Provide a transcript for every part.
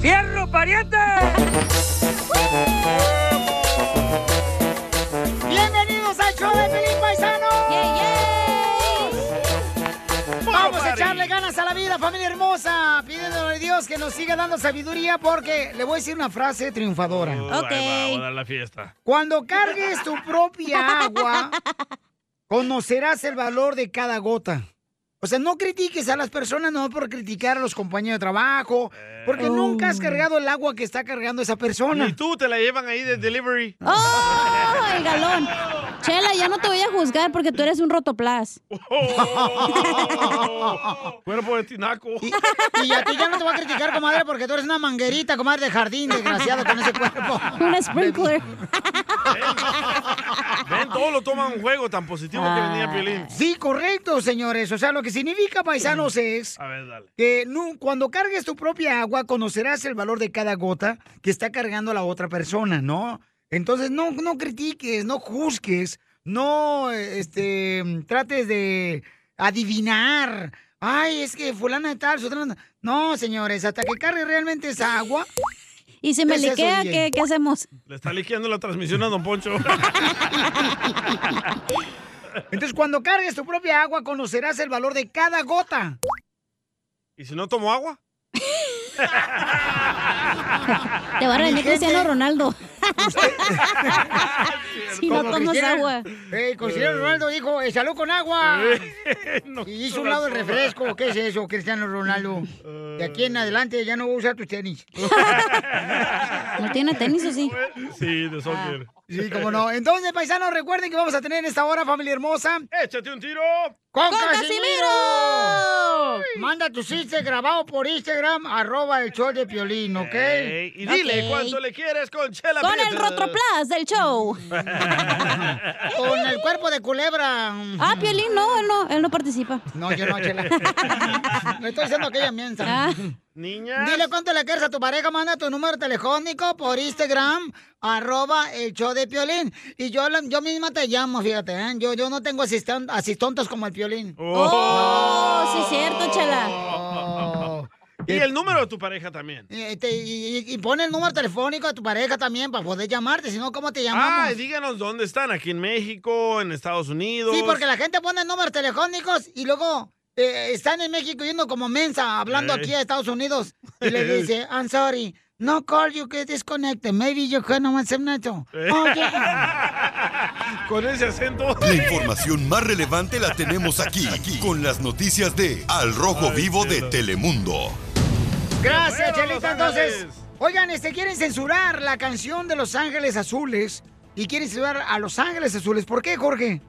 ¡Fierro, pariente! ¡Bienvenidos al show de Pelín Paisano! ¡Vamos a echarle ganas a la vida, familia hermosa! Pidiéndole a Dios que nos siga dando sabiduría porque le voy a decir una frase triunfadora. Oh, Vamos a dar la fiesta. Cuando cargues tu propia agua, conocerás el valor de cada gota. O sea, no critiques a las personas, no por criticar a los compañeros de trabajo, porque nunca has cargado el agua que está cargando esa persona. Y Oh. tú te la llevan ahí de delivery. ¡Oh, el galón! Chela, ya no te voy a juzgar porque tú eres un rotoplas. Cuerpo de tinaco. Y a ti ya no te voy a criticar, comadre, porque tú eres una manguerita, comadre, de jardín, desgraciado, con ese cuerpo. Una sprinkler. Ven, todos lo toman un juego tan positivo que venía Piolín. Ah, Sí, correcto, señores. O sea, lo que significa, paisanos, es A ver, dale. que nu- cuando cargues tu propia agua, conocerás el valor de cada gota que está cargando la otra persona, ¿no? Entonces, no, no critiques, no juzgues, no eh, este, trates de adivinar. Ay, es que fulana de tal, sutana de tal. No, señores, hasta que cargue realmente esa agua. Y si me ¿Qué es eso, liquea, DJ? ¿qué, qué hacemos? Le está liqueando la transmisión a Don Poncho. Entonces, cuando cargues tu propia agua, conocerás el valor de cada gota. ¿Y si no tomo agua? Te va a Mi regañar gente- Cristiano Ronaldo. si no Como tomas Cristiano- agua. Eh, Cristiano Ronaldo dijo, eh, salud con agua. Eh, No, Y hizo un lado el refresco. ¿Qué es eso, Cristiano Ronaldo? De aquí en adelante ya no voy a usar tus tenis. ¿No tiene tenis o sí? Sí, de soccer. Sí, cómo no. Entonces, paisanos, recuerden que vamos a tener en esta hora, familia hermosa, ¡Échate un tiro! con, ¡Con Casimiro! Manda tu chiste grabado por Instagram, arroba el show de Piolín, ¿ok? Ey, y dile Ok. cuánto le quieres con Chela Con el Prieto. rotoplas del show. Con el cuerpo de culebra. Ah, Piolín, no, él no, él no participa. No, yo no, chela. Le estoy diciendo aquella mienza. Ah, Niña. Dile cuánto le quieres a tu pareja, manda tu número telefónico por Instagram, arroba el show de Piolín. Y yo, la- yo misma te llamo, fíjate, ¿eh? yo, yo no tengo asistan- asistontos como el Piolín. oh, sí es cierto, Chela. Oh. Y el número de tu pareja también. Eh, te- y, y- y pon el número telefónico de tu pareja también para poder llamarte, si no, ¿cómo te llamamos? Ah, y díganos dónde están, aquí en México, en Estados Unidos. sí, porque la gente pone números telefónicos y luego eh, están en México yendo como mensa, hablando Ey. aquí a Estados Unidos. Y le dice, I'm sorry, no call you, get disconnected, maybe you can accept that. Oh, Eh. yeah. Con ese acento. La información más relevante la tenemos aquí, aquí, con las noticias de Al Rojo Ay, Vivo de cielo. Telemundo. Gracias, ¡Qué bueno, Chelita. Los Ángeles! Entonces, oigan, este, quieren censurar la canción de Los Ángeles Azules y quieren censurar a Los Ángeles Azules. ¿Por qué, Jorge?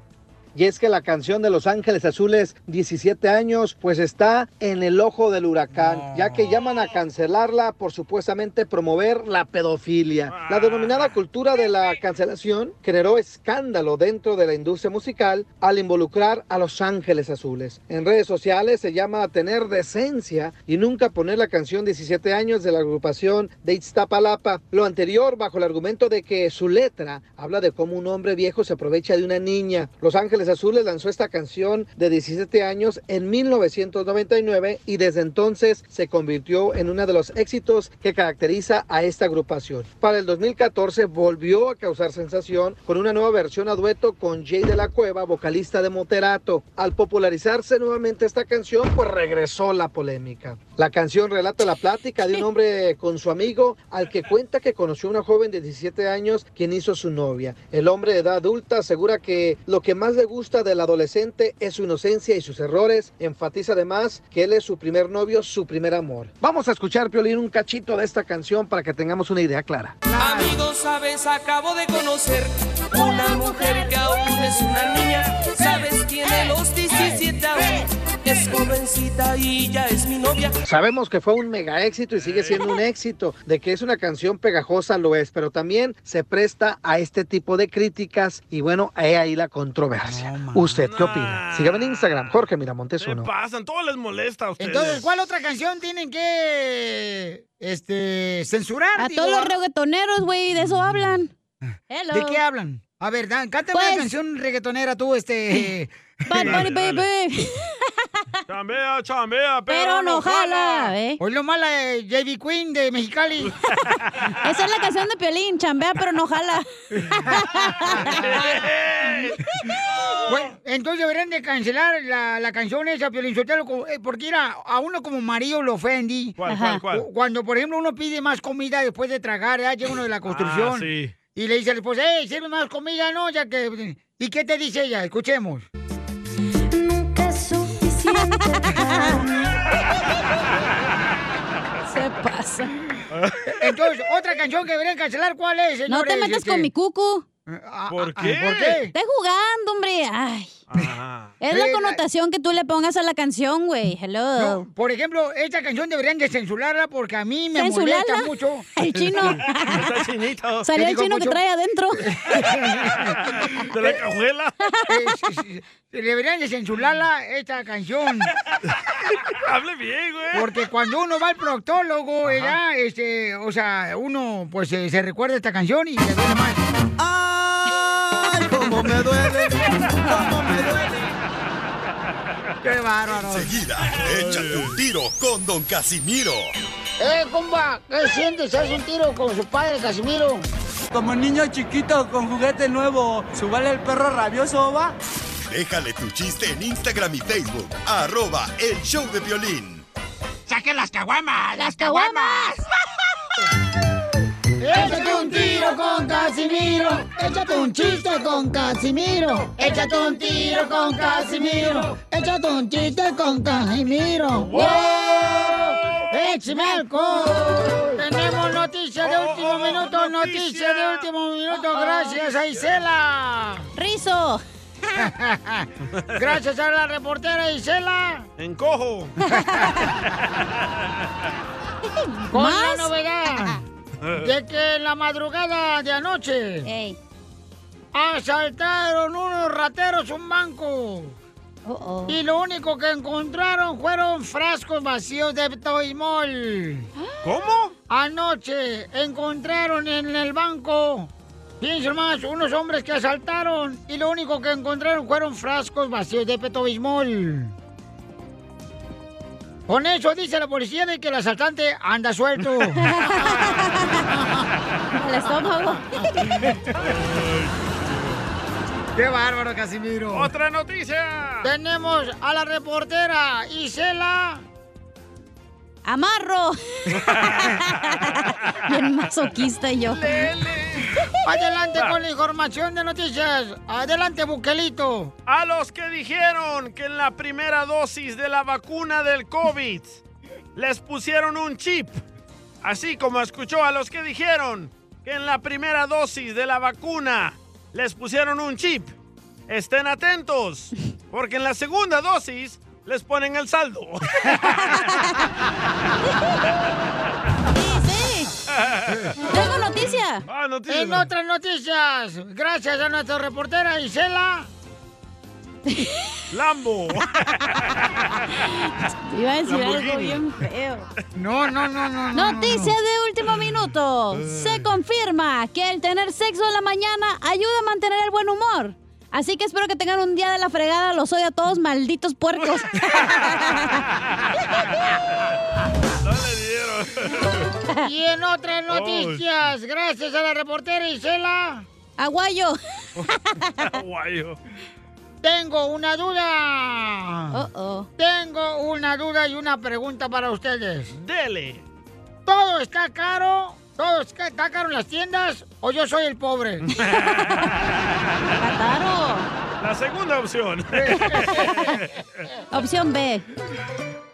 Y es que la canción de Los Ángeles Azules, 17 años, pues está en el ojo del huracán, ya que llaman a cancelarla por supuestamente promover la pedofilia. La denominada cultura de la cancelación generó escándalo dentro de la industria musical al involucrar a Los Ángeles Azules. En redes sociales se llama a tener decencia y nunca poner la canción 17 años de la agrupación de Iztapalapa. Lo anterior bajo el argumento de que su letra habla de cómo un hombre viejo se aprovecha de una niña. Los Ángeles Azules lanzó esta canción de 17 años en 1999 y desde entonces se convirtió en uno de los éxitos que caracteriza a esta agrupación. Para el 2014 volvió a causar sensación con una nueva versión a dueto con Jay de la Cueva, vocalista de Moterato. Al popularizarse nuevamente esta canción, pues regresó la polémica. La canción relata la plática de un hombre con su amigo al que cuenta que conoció a una joven de 17 años quien hizo su novia. El hombre de edad adulta asegura que lo que más le gusta del adolescente es su inocencia y sus errores. Enfatiza además que él es su primer novio, su primer amor. Vamos a escuchar, Piolín, un cachito de esta canción para que tengamos una idea clara. Amigos, sabes, acabo de conocer una mujer que aún es una niña. Sabes, Eh, tiene los 17 años. Es jovencita y ya es mi novia. Sabemos que fue un mega éxito y sigue siendo un éxito, de que es una canción pegajosa lo es, pero también se presta a este tipo de críticas y bueno, he ahí la controversia. ¿Usted qué opina? Sígame en Instagram, Jorge Miramontes uno. Pasan, todo les molesta a ustedes. Entonces, ¿cuál otra canción tienen que este, censurar? A digo? todos los reggaetoneros, güey, de eso hablan. Hello. ¿De qué hablan? A ver, Dan, cántame Pues- una canción reggaetonera tú, este... Bad Bunny, baby. Chambea, chambea, pero, Pero no jala, ¿eh? Hoy lo mala eh, JB Queen de Mexicali. Esa es la canción de Piolín, chambea, pero no jala. Bueno, entonces deberían de cancelar la, la canción esa, Piolín Sotelo, co- eh, porque era a uno como marido lo ofendí. ¿Cuál, cuál, cuál? Cu- Cuando, por ejemplo, uno pide más comida después de tragar, ya llega uno de la construcción. Ah, sí. Y le dice al esposo, hey, sirve más comida, ¿no? Ya que... ¿Y qué te dice ella? Escuchemos. Nunca es suficiente. para mí. Se pasa. Entonces, otra canción que deberían cancelar, ¿cuál es, señores? No te metas Este, con mi cucu. ah, ¿Por ah, qué? ¿Por qué? Estoy jugando, hombre. Ay. Ajá. Es la Eh, connotación que tú le pongas a la canción, güey. Hello. No, por ejemplo, esta canción deberían de censurarla porque a mí me ¿Censurarla? molesta mucho. El chino. Está chinito. Salió ¿Qué el dijo chino que Poncho? trae adentro. De la cajuela. Eh, sí, sí, sí, deberían de censurarla esta canción. Hable bien, güey. Porque cuando uno va al proctólogo, ya, este, o sea, uno pues eh, se recuerda esta canción y le duele más. Ay, cómo me duele, cómo me duele. ¡Qué bárbaro! Seguida, échate un tiro con Don Casimiro. ¡Eh, compa! ¿Qué sientes? ¿Haz un tiro con su padre, Casimiro? Como niño chiquito con juguete nuevo, subale el perro rabioso, va. Déjale tu chiste en Instagram y Facebook. Arroba el show de violín. ¡Saque las caguamas! ¡Las caguamas! Échate un tiro con Casimiro. Échate un chiste con Casimiro. Échate un tiro con Casimiro. Échate un chiste con Casimiro. ¡Wow! ¡Échame alcohol! Tenemos noticias de último minuto, noticias de último minuto. Gracias a Isela. Rizo. Gracias a la reportera Isela. Encojo. Con ¿Más? la novedad Eh. de que en la madrugada de anoche Ey. asaltaron unos rateros un banco. Oh, oh. Y lo único que encontraron fueron frascos vacíos de Toimol. ¿Cómo? Anoche encontraron en el banco, pienso más, unos hombres que asaltaron y lo único que encontraron fueron frascos vacíos de Petobismol. Con eso dice la policía de que el asaltante anda suelto. El estómago. ¡Qué bárbaro, Casimiro! ¡Otra noticia! Tenemos a la reportera Isela. Amarro. Bien masoquista yo. Adelante con la información de noticias. Adelante, Buquelito. A los que dijeron que en la primera dosis de la vacuna del COVID les pusieron un chip. Así como escuchó a los que dijeron que en la primera dosis de la vacuna les pusieron un chip. Estén atentos, porque en la segunda dosis les ponen el saldo. Sí, sí. Tengo noticia. Ah, no tiene- En otras noticias, gracias a nuestra reportera Isela. Lambo. Iba a decir algo Lamborghini. bien feo. No, no, no, no. no, Eh. Noticia de último minuto. Se confirma que el tener sexo en la mañana ayuda a mantener el buen humor. Así que espero que tengan un día de la fregada. Los odio a todos, malditos puercos. No le dieron. no. Y en otras noticias, gracias a la reportera Isela. Aguayo. Guayo. Tengo una duda. Tengo una duda y una pregunta para ustedes. Dele. ¿Todo está caro? ¿Todo está está caro en las tiendas? ¿O yo soy el pobre? La segunda opción. Opción B.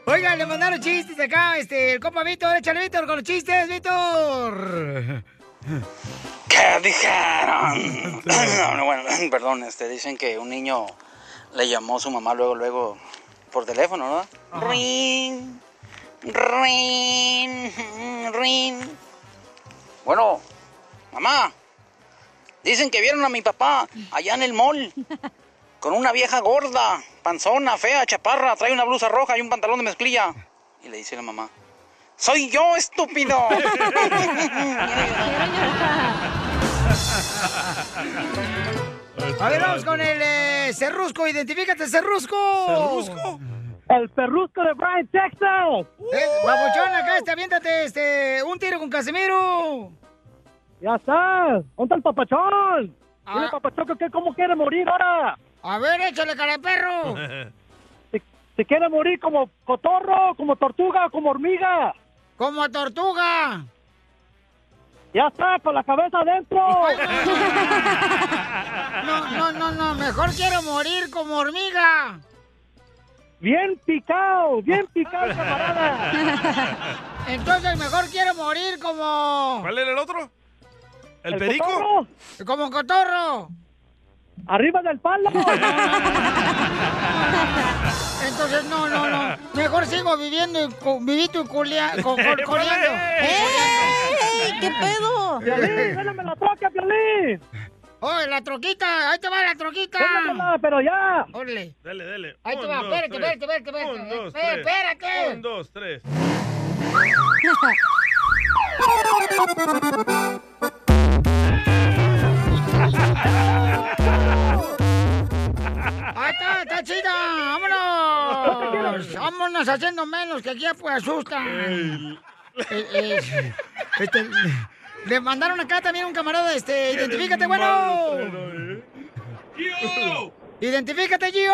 Oiga, le mandaron chistes acá, este, el compa Víctor, échale Víctor con los chistes, Víctor. ¿Qué dijeron? No, no, bueno, perdón, este, dicen que un niño le llamó a su mamá luego, luego, por teléfono, ¿no? Rin, rin, rin. Bueno, mamá, dicen que vieron a mi papá allá en el mall con una vieja gorda, panzona, fea, chaparra, trae una blusa roja y un pantalón de mezclilla. Y le dice la mamá, soy yo, estúpido. A ver, vamos con el eh, Cerrusco, identifícate, Cerrusco. ¿Cerrusco? El perrusco de Brian, Texas. ¡Uh! babuchón, acá este, aviéntate, este, un tiro con Casimiro. Ya está. ¿Dónde está el papachón? Dile, Ah. papachón, que- que cómo quiere morir ahora. A ver, échale cara de perro. Se, se quiere morir como cotorro, como tortuga, como hormiga. Como tortuga. Ya está, con la cabeza adentro. No, no, no, no, mejor quiero morir como hormiga. bien picado, bien picado, camarada. Entonces mejor quiero morir como... ¿Cuál era el otro? ¿El, ¿El perico? cotorro? Como cotorro. Arriba del palo. Entonces no, no, no. Mejor sigo viviendo y cu- vivito y culia, co- cor- coleando. ¡Ey! ¡Qué pedo! Piolín, déjame la troca, Piolín. ¡Oh, la troquita! ¡Ahí te va la troquita! Déjamela, pero ya. Órale. Dele, dele. Ahí te Un, va, dos, espérate, tres. espérate, espérate, espérate. Un, dos, Espérate, tres. espérate. Un, dos, tres. ¡Ahí está, está chida! ¡Vámonos! ¡Vámonos haciendo menos, que aquí ya pues asusta! Eh, eh, este, le mandaron acá también un camarada, este, identifícate, bueno. Identifícate, Gio.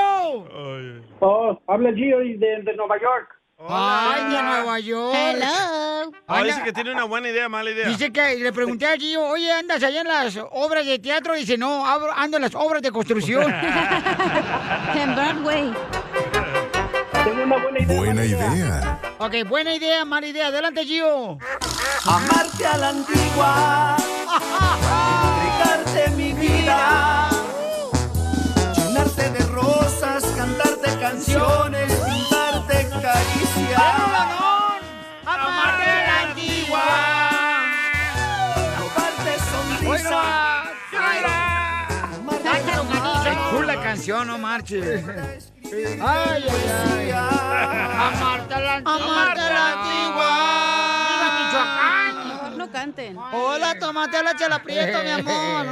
Oh, habla Gio de, de Nueva York. Ay, de Nueva York. Hello. Ah, dice que tiene una buena idea, mala idea. Dice que le pregunté a Gio, oye, ¿andas allá en las obras de teatro? Dice, no, abro- ando en las obras de construcción. en Broadway. Buena idea. Ok, buena idea, mala idea. Adelante, Gio. Amarte a la antigua. Entregarte mi vida. Llenarte de rosas, cantarte canciones, pintarte caricias. Amarte a la antigua. Robarte sonrisas. Qué cool la canción, no marches. Ay, ay, ay. Amarte a la antigua. Amarte a la antigua. Viva Michoacán. No canten. Hola, tomate la chela prieto, mi amor.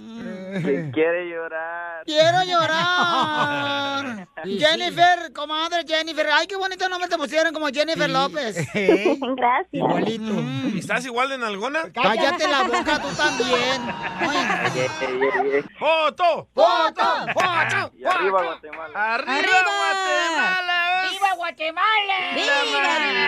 Mm. Quiere llorar. Quiero llorar. Jennifer, comadre Jennifer. Ay, qué bonito nombre te pusieron como Jennifer López. Gracias. Igualito. Mm. ¿Estás igual de nalgona? Cállate la boca tú también. ¡Foto! ¡Foto! ¡Foto! Y arriba Guatemala. ¡Arriba, Guatemala! ¡Viva Guatemala!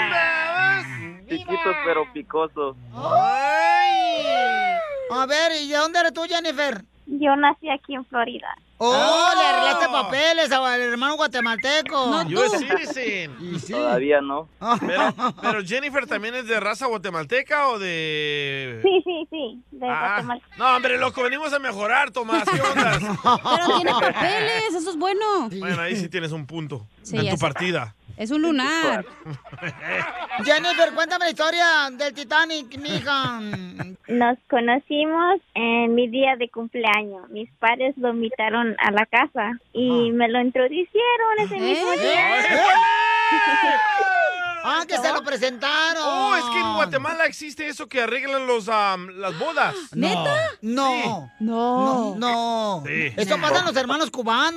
Chiquitos pero picosos. A ver, ¿y de dónde eres tú, Jennifer? Yo nací aquí en Florida. Oh, Ah. le arreglaste papeles al hermano guatemalteco. No, Yo es citizen. Todavía no. Pero, pero Jennifer también es de raza guatemalteca o de. Sí, sí, sí, de Ah, Guatemala. no, hombre, loco, venimos a mejorar, Tomás. ¿Qué onda? Pero tiene papeles, eso es bueno. Bueno, ahí sí tienes un punto Sí, en ya tu sé. partida. Es un lunar. Jennifer, cuéntame la historia del Titanic, mija. Nos conocimos en mi día de cumpleaños. Mis padres lo invitaron a la casa y me lo introducieron ¿Eh? ese mismo día. ¡Ah, que se lo presentaron! Oh, es que en Guatemala existe eso que arreglan los, am, las bodas. ¿Neta? No. No. No. Sí. Eso pasa en los hermanos cubanos.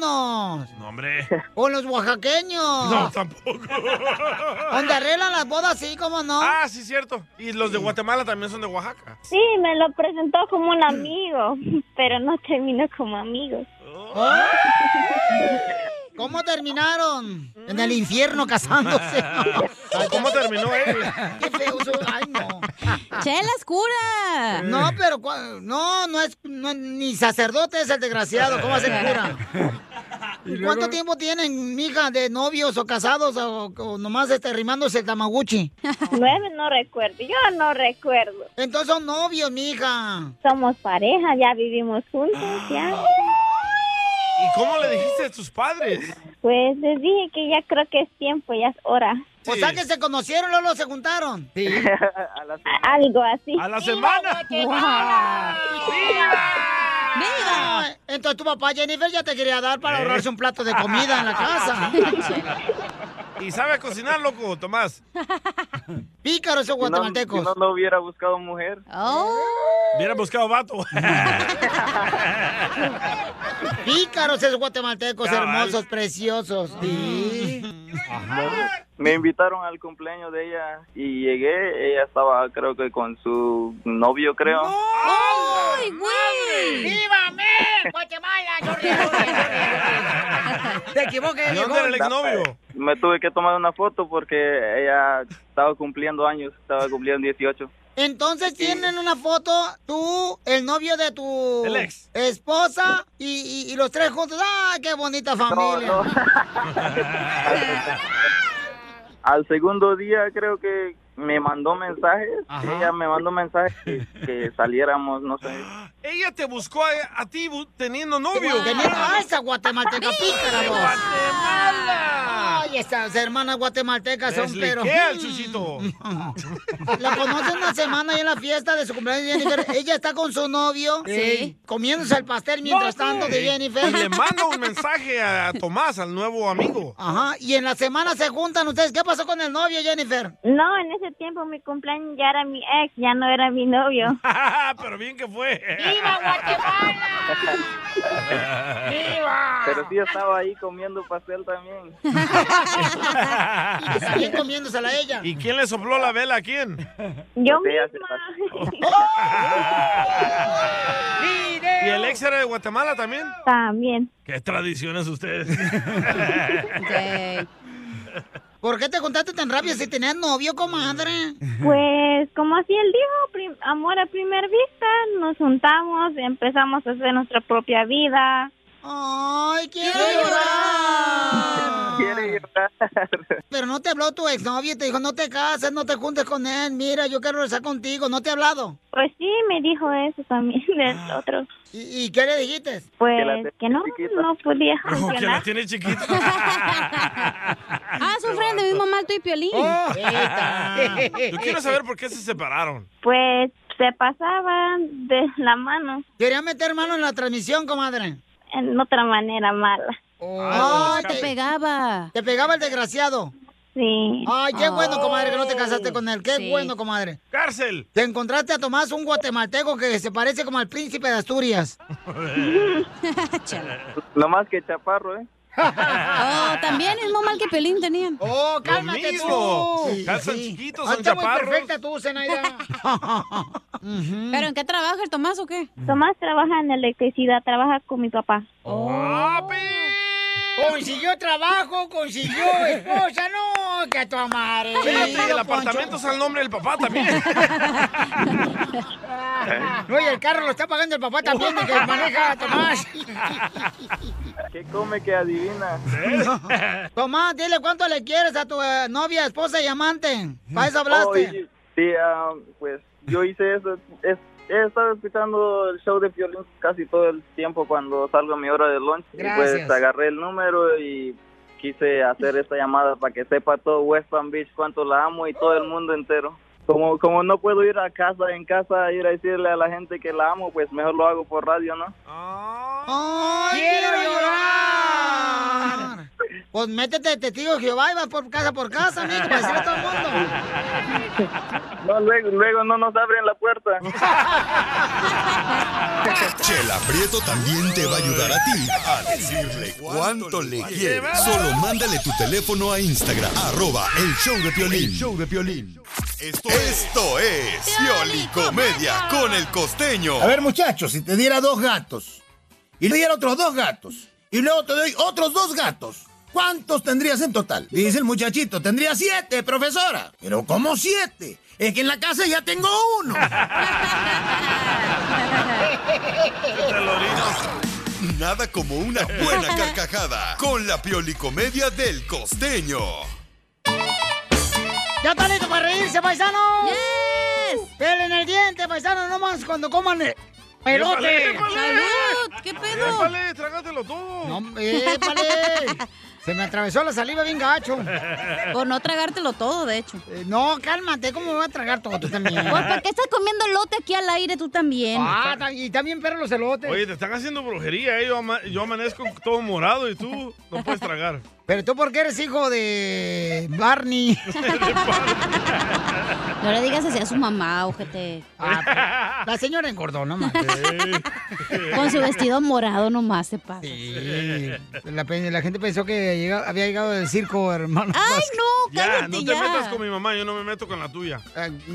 No, hombre. O en los oaxaqueños. No, tampoco. Donde arreglan las bodas, sí, cómo no. Ah, sí, cierto. Y los de Guatemala también son de Oaxaca. Sí, me lo presentó como un amigo, pero no terminó como amigos. ¡Oh! ¿Cómo terminaron? En el infierno casándose. Ah, ¿Cómo terminó él? Qué feo, eso- ay no. Chelas cura. No, pero cua- no, no es no, ni sacerdote es el desgraciado, ¿cómo hacen cura? ¿Y luego? ¿Cuánto tiempo tienen, mija, de novios o casados o, o nomás este, rimándose el tamaguchi? Nueve no recuerdo, yo no recuerdo. Entonces son novios, mija. Somos pareja, ya vivimos juntos, Ah. ya. ¿Y cómo le dijiste a tus padres? Pues les dije que ya creo que es tiempo, ya es hora. O sea que se conocieron, luego se juntaron. Sí. Algo así. A la semana. Guatemala! ¡Mira! Ah, Entonces tu papá Jennifer ya te quería dar ¿Eh? para ahorrarse un plato de comida en la casa. ¿Y sabe cocinar, loco, Tomás? Pícaros esos Si no- guatemaltecos. Oh. si no, no hubiera buscado mujer. Hubiera buscado vato. Pícaros esos guatemaltecos Cabal. hermosos, preciosos. Sí. Me invitaron al cumpleaños de ella y llegué. Ella estaba, creo que con su novio, creo. ¡Ay, güey! ¡Vívame! ¡Guatemala! Te equivoqué, ¿De viejo. dónde era el exnovio? Ah, Me tuve que tomar una foto porque ella estaba cumpliendo años, estaba cumpliendo 18. Entonces tienen una foto, tú, el novio de tu El ex. esposa y, y- y los tres juntos. ¡Ah, qué bonita familia! Al segundo día creo que me mandó mensajes, ella me mandó mensajes que, que saliéramos, no sé. Ella te buscó a, a ti bu- teniendo novio. Teniendo a ¡ah, esa guatemalteca pícara, vos. ¡Guatemala! Ay, estas hermanas guatemaltecas son, pero... Ah. Mm. ¿Qué, al chuchito? La conocen una semana y en la fiesta de su cumpleaños de Jennifer. Ella está con su novio, Sí. comiéndose el pastel mientras tanto de Jennifer. Y le manda un mensaje a, a Tomás, al nuevo amigo. Ajá, Ah, y en la semana se juntan ustedes. ¿Qué pasó con el novio, Jennifer? No, en ese tiempo mi cumpleaños ya era mi ex, ya no era mi novio. Pero bien que fue. ¡Viva Guatemala! Pero sí estaba ahí comiendo pastel también. Bien comiéndosela a ella. ¿Y quién le sopló la vela a quién? Yo ¿Y el ex era de Guatemala también? También. ¿Qué tradiciones ustedes? ¿Por qué te juntaste tan rápido si tenías novio, comadre? Pues como así él dijo, prim- amor a primera vista, nos juntamos, empezamos a hacer nuestra propia vida. Ay, quiero llorar. Pero no te habló tu exnovio y te dijo, no te cases, no te juntes con él. Mira, yo quiero regresar contigo. ¿No te ha hablado? Pues sí, me dijo eso también Ah. del otro. ¿Y, y qué le dijiste? Pues Que la que, no, no podía que la funcionar. tiene chiquita. Ah, sufren del mismo mal tú y Piolín. Oh. Oh. Yo quiero saber por qué se separaron. Pues se pasaban de la mano. Quería meter mano en la transmisión, comadre. En otra manera mala. Ah, Ay, te Ah, pegaba. Te pegaba el desgraciado. Sí. Ay, qué bueno, Oh. comadre, que no te casaste con él. Qué Sí. bueno, comadre. ¡Cárcel! Te encontraste a Tomás, un guatemalteco que se parece como al príncipe de Asturias. Nomás que chaparro, ¿eh? Oh, también el mismo mal que Piolín tenían. Oh, cálmate mismo. tú. Sí, Calzan sí. chiquitos, son Está muy chaparros. perfecta tú, Zenaida. ¿Pero en qué trabaja el Tomás o qué? Tomás trabaja en electricidad, trabaja con mi papá. Consiguió trabajo, consiguió esposa, no, que a tu amar. Fíjate, y el apartamento es al nombre del papá también. No, y el carro lo está pagando el papá también, el que maneja Tomás. ¿Qué come que adivina? Tomás, dile cuánto le quieres a tu eh, novia, esposa y amante. Para eso hablaste. Oye, sí, ah, pues yo hice eso. Es, he estado escuchando el show de violín casi todo el tiempo cuando salgo a mi hora de lunch. Y Gracias. pues agarré el número y quise hacer esta llamada para que sepa todo West Palm Beach cuánto la amo y todo el mundo entero. Como, como no puedo ir a casa, en casa, ir a decirle a la gente que la amo, pues mejor lo hago por radio, ¿no? ¡Ay, quiero llorar! Pues métete de testigo de Jehová y vas por casa por casa, amigo, para decirle a todo el mundo. No, luego, luego no nos abren la puerta. Chela Prieto también te va a ayudar a ti a decirle cuánto le quieres. Solo mándale tu teléfono a Instagram, arroba el show de Piolín. show de Piolín. Esto, esto es Pioli Comedia con el costeño. A ver, muchachos, si te diera dos gatos, y le diera otros dos gatos, y luego te doy otros dos gatos, ¿cuántos tendrías en total? Dice el muchachito, tendría siete, profesora. Pero ¿cómo siete? Es que en la casa ya tengo uno. Nada como una buena carcajada con la piolicomedia del costeño. ¿Ya están listos para reírse, paisanos? ¡Yes! ¡Pelen el diente, paisanos! No más cuando coman el- elote. ¿Qué pedo? ¡Épale, trágatelo todo! No, ¡Épale! Se me atravesó la saliva bien gacho. Eh, Por no tragártelo todo, de hecho. no, cálmate, ¿cómo me voy a tragar todo tú también? Pues, ¿por qué estás comiendo lote aquí al aire tú también? Ah, ta- y también perro los elotes. Oye, te están haciendo brujería, ¿eh? Yo, ama- yo amanezco todo morado y tú no puedes tragar. Pero tú porque eres hijo de Barney. No le digas así a su mamá, ojete. Ah, pues, la señora engordó, no más. Con su vestido morado nomás se pasa. Sí, la, pe- la gente pensó que llega- había llegado del circo, hermano. ¡Ay, no! Ya, no te metas con mi mamá, yo no me meto con la tuya.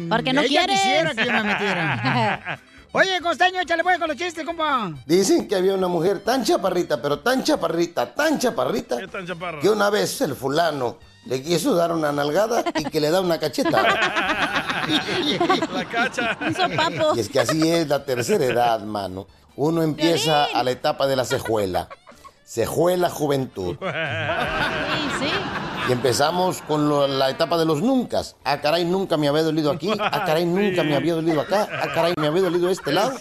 Porque no Eh, ella quieres. quisiera que yo me metiera. Oye, Costeño, échale pues con los chistes, compa. Dicen que había una mujer tan chaparrita, pero tan chaparrita, tan chaparrita, Tan chaparra. que una vez el fulano le quiso dar una nalgada y que le da una cachetada. La cacha. Y es que así es la tercera edad, mano. Uno empieza a la etapa de la cejuela. Cejuela juventud. sí. Y empezamos con lo- la etapa de los nunca. Ah, caray, nunca me había dolido aquí. Ah, caray, nunca me había dolido acá. Ah, caray, me había dolido este lado.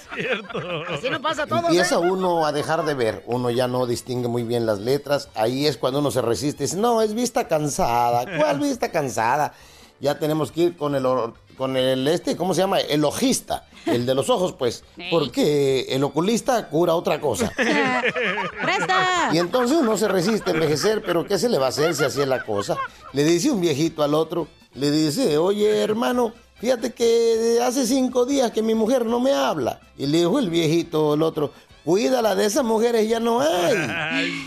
Así nos pasa a todos, Empieza ¿eh? uno a dejar de ver, uno ya no distingue muy bien las letras, ahí es cuando uno se resiste, dice, no, es vista cansada, ¿cuál vista cansada? Ya tenemos que ir con el, or- con el este, ¿cómo se llama? El ojista, el de los ojos, pues, porque el oculista cura otra cosa. ¡Presta! Y entonces uno se resiste a envejecer, pero ¿qué se le va a hacer si así es la cosa? Le dice un viejito al otro, le dice, oye hermano, fíjate que hace cinco días que mi mujer no me habla. Y le dijo el viejito al otro, cuídala de esas mujeres, ya no hay.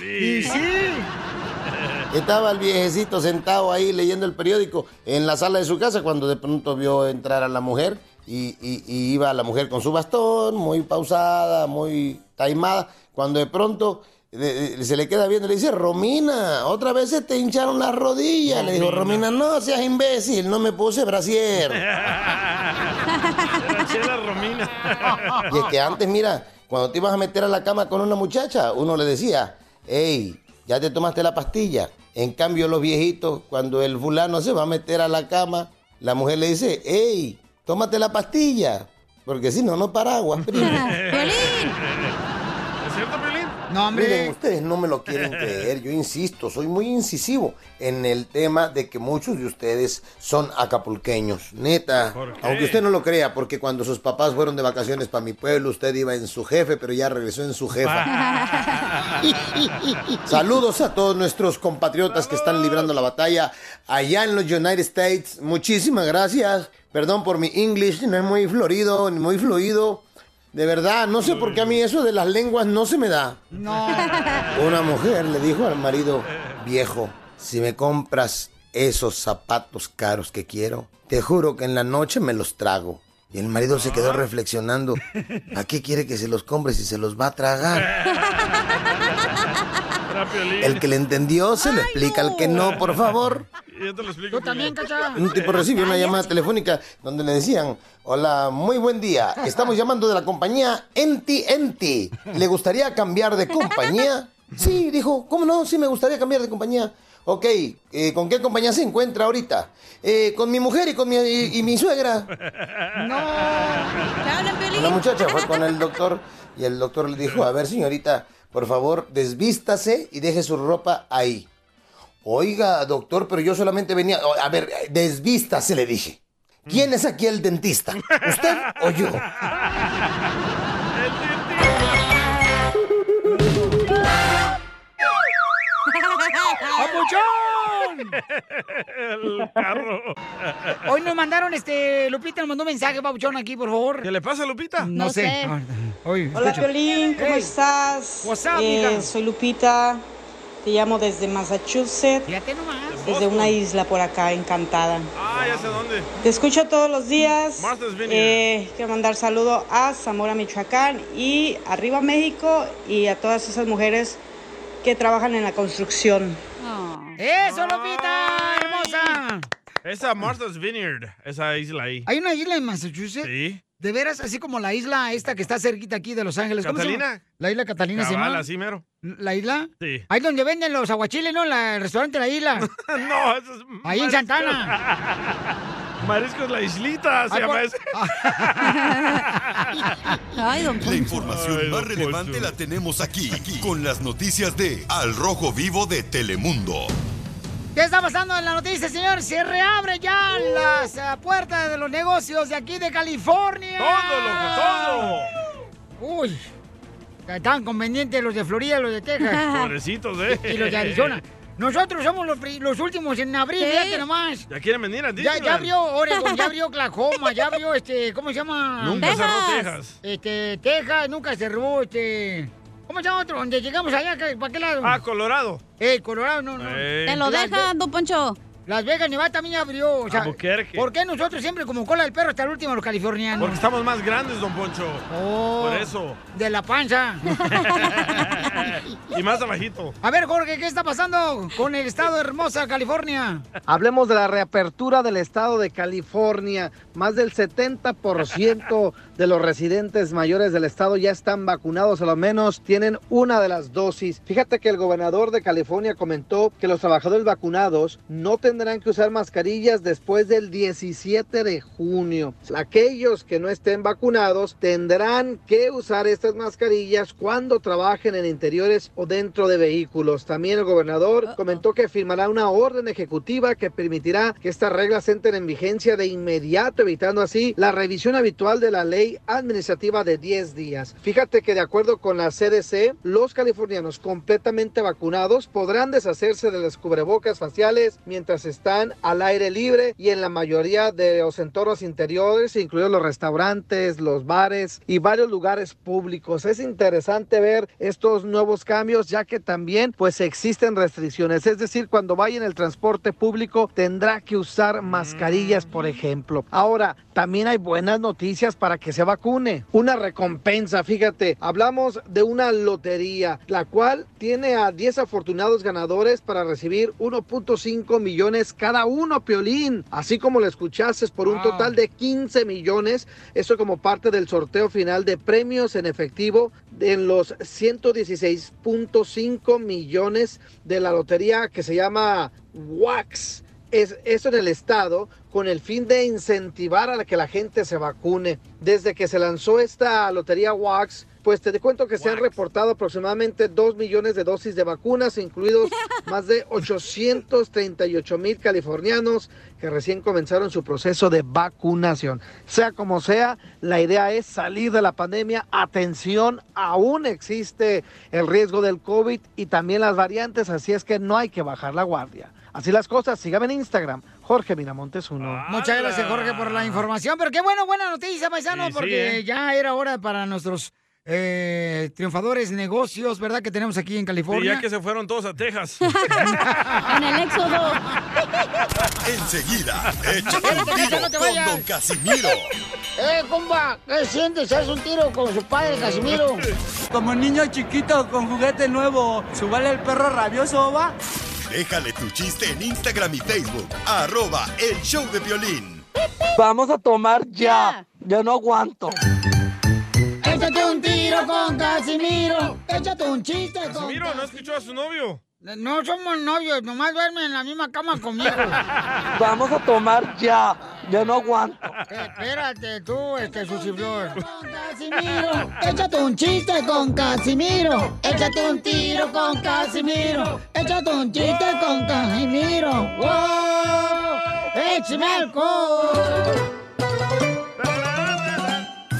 Y sí. Estaba el viejecito sentado ahí leyendo el periódico en la sala de su casa cuando de pronto vio entrar a la mujer y, y- y iba la mujer con su bastón, muy pausada, muy taimada, cuando de pronto eh, eh, se le queda viendo y le dice, Romina, otra vez se te hincharon las rodillas. Le dijo, Romina, no seas imbécil, no me puse brasier. Era Chela Romina. Y es que antes, mira, cuando te ibas a meter a la cama con una muchacha, uno le decía, hey, ya te tomaste la pastilla. En cambio, los viejitos, cuando el fulano se va a meter a la cama, la mujer le dice, hey, tómate la pastilla. Porque si no, no paraguas. primo. ¿Es cierto, Piolín? No, Miren, ustedes no me lo quieren creer, yo insisto, soy muy incisivo en el tema de que muchos de ustedes son acapulqueños, neta. ¿Por qué? Aunque usted no lo crea, porque cuando sus papás fueron de vacaciones para mi pueblo, usted iba en su jefe, pero ya regresó en su jefa. Saludos a todos nuestros compatriotas que están librando la batalla allá en los United States. Muchísimas gracias. Perdón por mi English, no es muy florido ni muy fluido. De verdad, no sé por qué a mí eso de las lenguas no se me da. Una mujer le dijo al marido, viejo, si me compras esos zapatos caros que quiero, te juro que en la noche me los trago. Y el marido se quedó reflexionando, ¿a qué quiere que se los compre si se los va a tragar? Era Piolín. El que le entendió se le explica, al que no, por favor. Yo te lo explico. Tú también, cacha. Un tipo recibe una llamada telefónica donde le decían, hola, muy buen día, estamos llamando de la compañía Enti Enti. ¿Le gustaría cambiar de compañía? Sí, dijo, ¿cómo no? Sí, me gustaría cambiar de compañía. Ok, eh, ¿con qué compañía se encuentra ahorita? "Eh, con mi mujer y con mi, y- y mi suegra. La muchacha fue con el doctor y el doctor le dijo, a ver señorita, por favor, desvístase y deje su ropa ahí. Oiga, doctor, pero yo solamente venía... "O- A ver, desvístase, le dije. ¿Quién es aquí el dentista? ¿Usted o yo? ¡Papuchón! El carro. Hoy nos mandaron, este, Lupita nos mandó un mensaje, Papuchón, aquí, por favor. ¿Qué le pasa, Lupita? No, sé. Hola, Piolín, ¿cómo Hey. estás? What's up, Eh, mija? soy Lupita. Te llamo desde Massachusetts. Desde una isla por acá, encantada. Ah, ya sé dónde. Te escucho todos los días. Martha's Vineyard. Eh, quiero mandar saludos a Zamora, Michoacán y arriba México y a todas esas mujeres que trabajan en la construcción. ¡Eso, Lopita! ¡Hermosa! Esa Martha's Vineyard, esa isla ahí. Hay una isla en Massachusetts. Sí. De veras, así como la isla esta que está cerquita aquí de Los Ángeles. ¿Cómo se llama? ¿Catalina? La isla Catalina se Cabal, llama. así mero. ¿La isla? Sí. Ahí donde venden los aguachiles, ¿no? La, el restaurante La Isla. no, eso es... Ahí en Santana. Mariscos La Islita se Ay, llama por- ese. La información más relevante la tenemos aquí, aquí, con las noticias de Al Rojo Vivo de Telemundo. ¿Qué está pasando en la noticia, señor? Se reabre ya las eh, puertas de los negocios de aquí de California. Todo, todo. Uy, tan convenientes los de Florida, los de Texas. Pobrecitos, eh. Y los de Arizona. Nosotros somos los, pri- los últimos en abrir, Sí. fíjate nomás. ¿Ya quieren venir a Ya, Disneyland? ya abrió Oregon, ya abrió Oklahoma, ya abrió este, ¿cómo se llama? Nunca Texas. cerró Texas. Este, Texas nunca cerró, este. ¿Cómo se llama otro? Donde llegamos allá, ¿qué- ¿para qué lado? Ah, Colorado. Eh, Colorado, no, no. Ey. Te lo dejan, don Poncho. Las Vegas, Nevada también abrió. O sea, Albuquerque. ¿Por qué nosotros siempre como cola del perro hasta el último los californianos? Porque estamos más grandes, don Poncho. Oh, Por eso. De la panza. Y más abajito. A ver, Jorge, ¿qué está pasando con el estado hermosa California? Hablemos de la reapertura del estado de California. Más del 70% de los residentes mayores del estado ya están vacunados, a lo menos tienen una de las dosis. Fíjate que el gobernador de California comentó que los trabajadores vacunados no tendrán que usar mascarillas después del 17 de junio. Aquellos que no estén vacunados tendrán que usar estas mascarillas cuando trabajen en interiores o dentro de vehículos. También el gobernador comentó que firmará una orden ejecutiva que permitirá que estas reglas entren en vigencia de inmediato, evitando así la revisión habitual de la ley administrativa de 10 días. Fíjate que de acuerdo con la CDC, los californianos completamente vacunados podrán deshacerse de las cubrebocas faciales mientras están al aire libre y en la mayoría de los entornos interiores, incluidos los restaurantes, los bares y varios lugares públicos. Es interesante ver estos nuevos cambios ya que también pues existen restricciones, es decir, cuando vaya en el transporte público tendrá que usar mascarillas, por ejemplo. Ahora, también hay buenas noticias para que se vacune. Una recompensa, fíjate, hablamos de una lotería, la cual tiene a 10 afortunados ganadores para recibir 1.5 millones cada uno, Piolín, así como lo escuchaste, por un Wow. total de 15 millones. Eso como parte del sorteo final de premios en efectivo de- en los 116.5 millones de la lotería que se llama WAX. Es, esto en el estado con el fin de incentivar a la que la gente se vacune. Desde que se lanzó esta lotería WAX, pues te cuento que se han reportado aproximadamente 2 millones de dosis de vacunas, incluidos más de 838 mil californianos que recién comenzaron su proceso de vacunación. Sea como sea, la idea es salir de la pandemia. Atención, aún existe el riesgo del COVID y también las variantes, así es que no hay que bajar la guardia. Así las cosas, síganme en Instagram, Jorge Miramontes uno. Muchas gracias, Jorge, por la información. Pero qué bueno, buena noticia, paisano, Ah, Sí, sí, porque ¿eh? ya era hora para nuestros eh, triunfadores negocios, ¿verdad? Que tenemos aquí en Y California. ya que se fueron todos a Texas. En el éxodo. Enseguida, échate un Espérate, tiro no te con vayas. Don Casimiro. ¡Eh, compa! ¿Qué sientes? ¿Haz un tiro con su padre, Casimiro? Como niño chiquito con juguete nuevo, subale el perro rabioso, va. Déjale tu chiste en Instagram y Facebook, arroba el show de violín. Vamos a tomar ya. Yo no aguanto. Échate un tiro con Casimiro. Échate un chiste con Casimiro, ¿no escuchó a su novio? No somos novios, nomás duermen en la misma cama conmigo. Vamos a tomar ya. Yo no aguanto. Espérate tú, este suciflor. Casimiro, échate un chiste con Casimiro. Échate un tiro con Casimiro. Échate un chiste con Casimiro. ¡Wow! ¡Échame alcohol!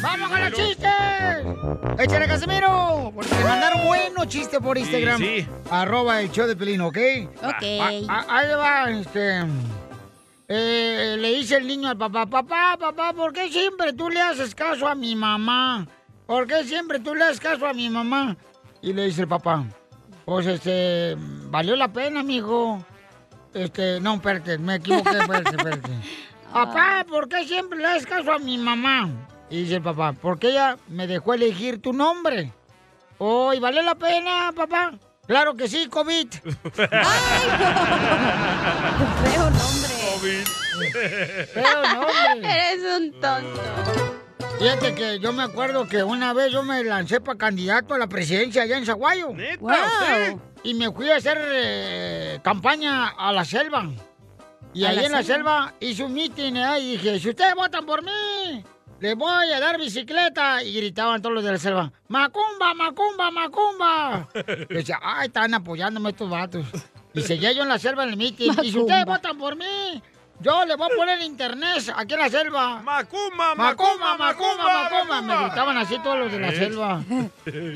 ¡Vamos con los chistes! ¡Échale, Casimiro! Porque me mandaron buenos chistes por Instagram. sí. Arroba el show de Pelín, ¿ok? Ok. A- a- Ah, ahí va, este... eh, le dice el niño al papá, papá, papá, ¿por qué siempre tú le haces caso a mi mamá? ¿Por qué siempre tú le haces caso a mi mamá? Y le dice el papá, pues este, valió la pena, mijo. Este, no, espérate, me equivoqué, espérate, espérate. Papá, ¿por qué siempre le das caso a mi mamá? Y dice el papá, porque ella me dejó elegir tu nombre. Oh, ¿y valió la pena, papá? Claro que sí, COVID. Feo nombre. Feo nombre. Eres un tonto. Fíjate que yo me acuerdo que una vez yo me lancé para candidato a la presidencia allá en Zaguayo. Wow. usted? Y me fui a hacer eh, campaña a la selva. Y ¿A ahí la en la selva? selva hice un mitin ¿eh? y dije, si ustedes votan por mí, les voy a dar bicicleta. Y gritaban todos los de la selva, Macumba, Macumba, Macumba. Y decía, ay, están apoyándome estos vatos. Y seguía yo en la selva en el mitin. Y si Macumba. ustedes votan por mí, yo les voy a poner internet aquí en la selva. Macumba, Macumba, Macumba, Macumba. Me gritaban así todos los de la ¿Eh? selva.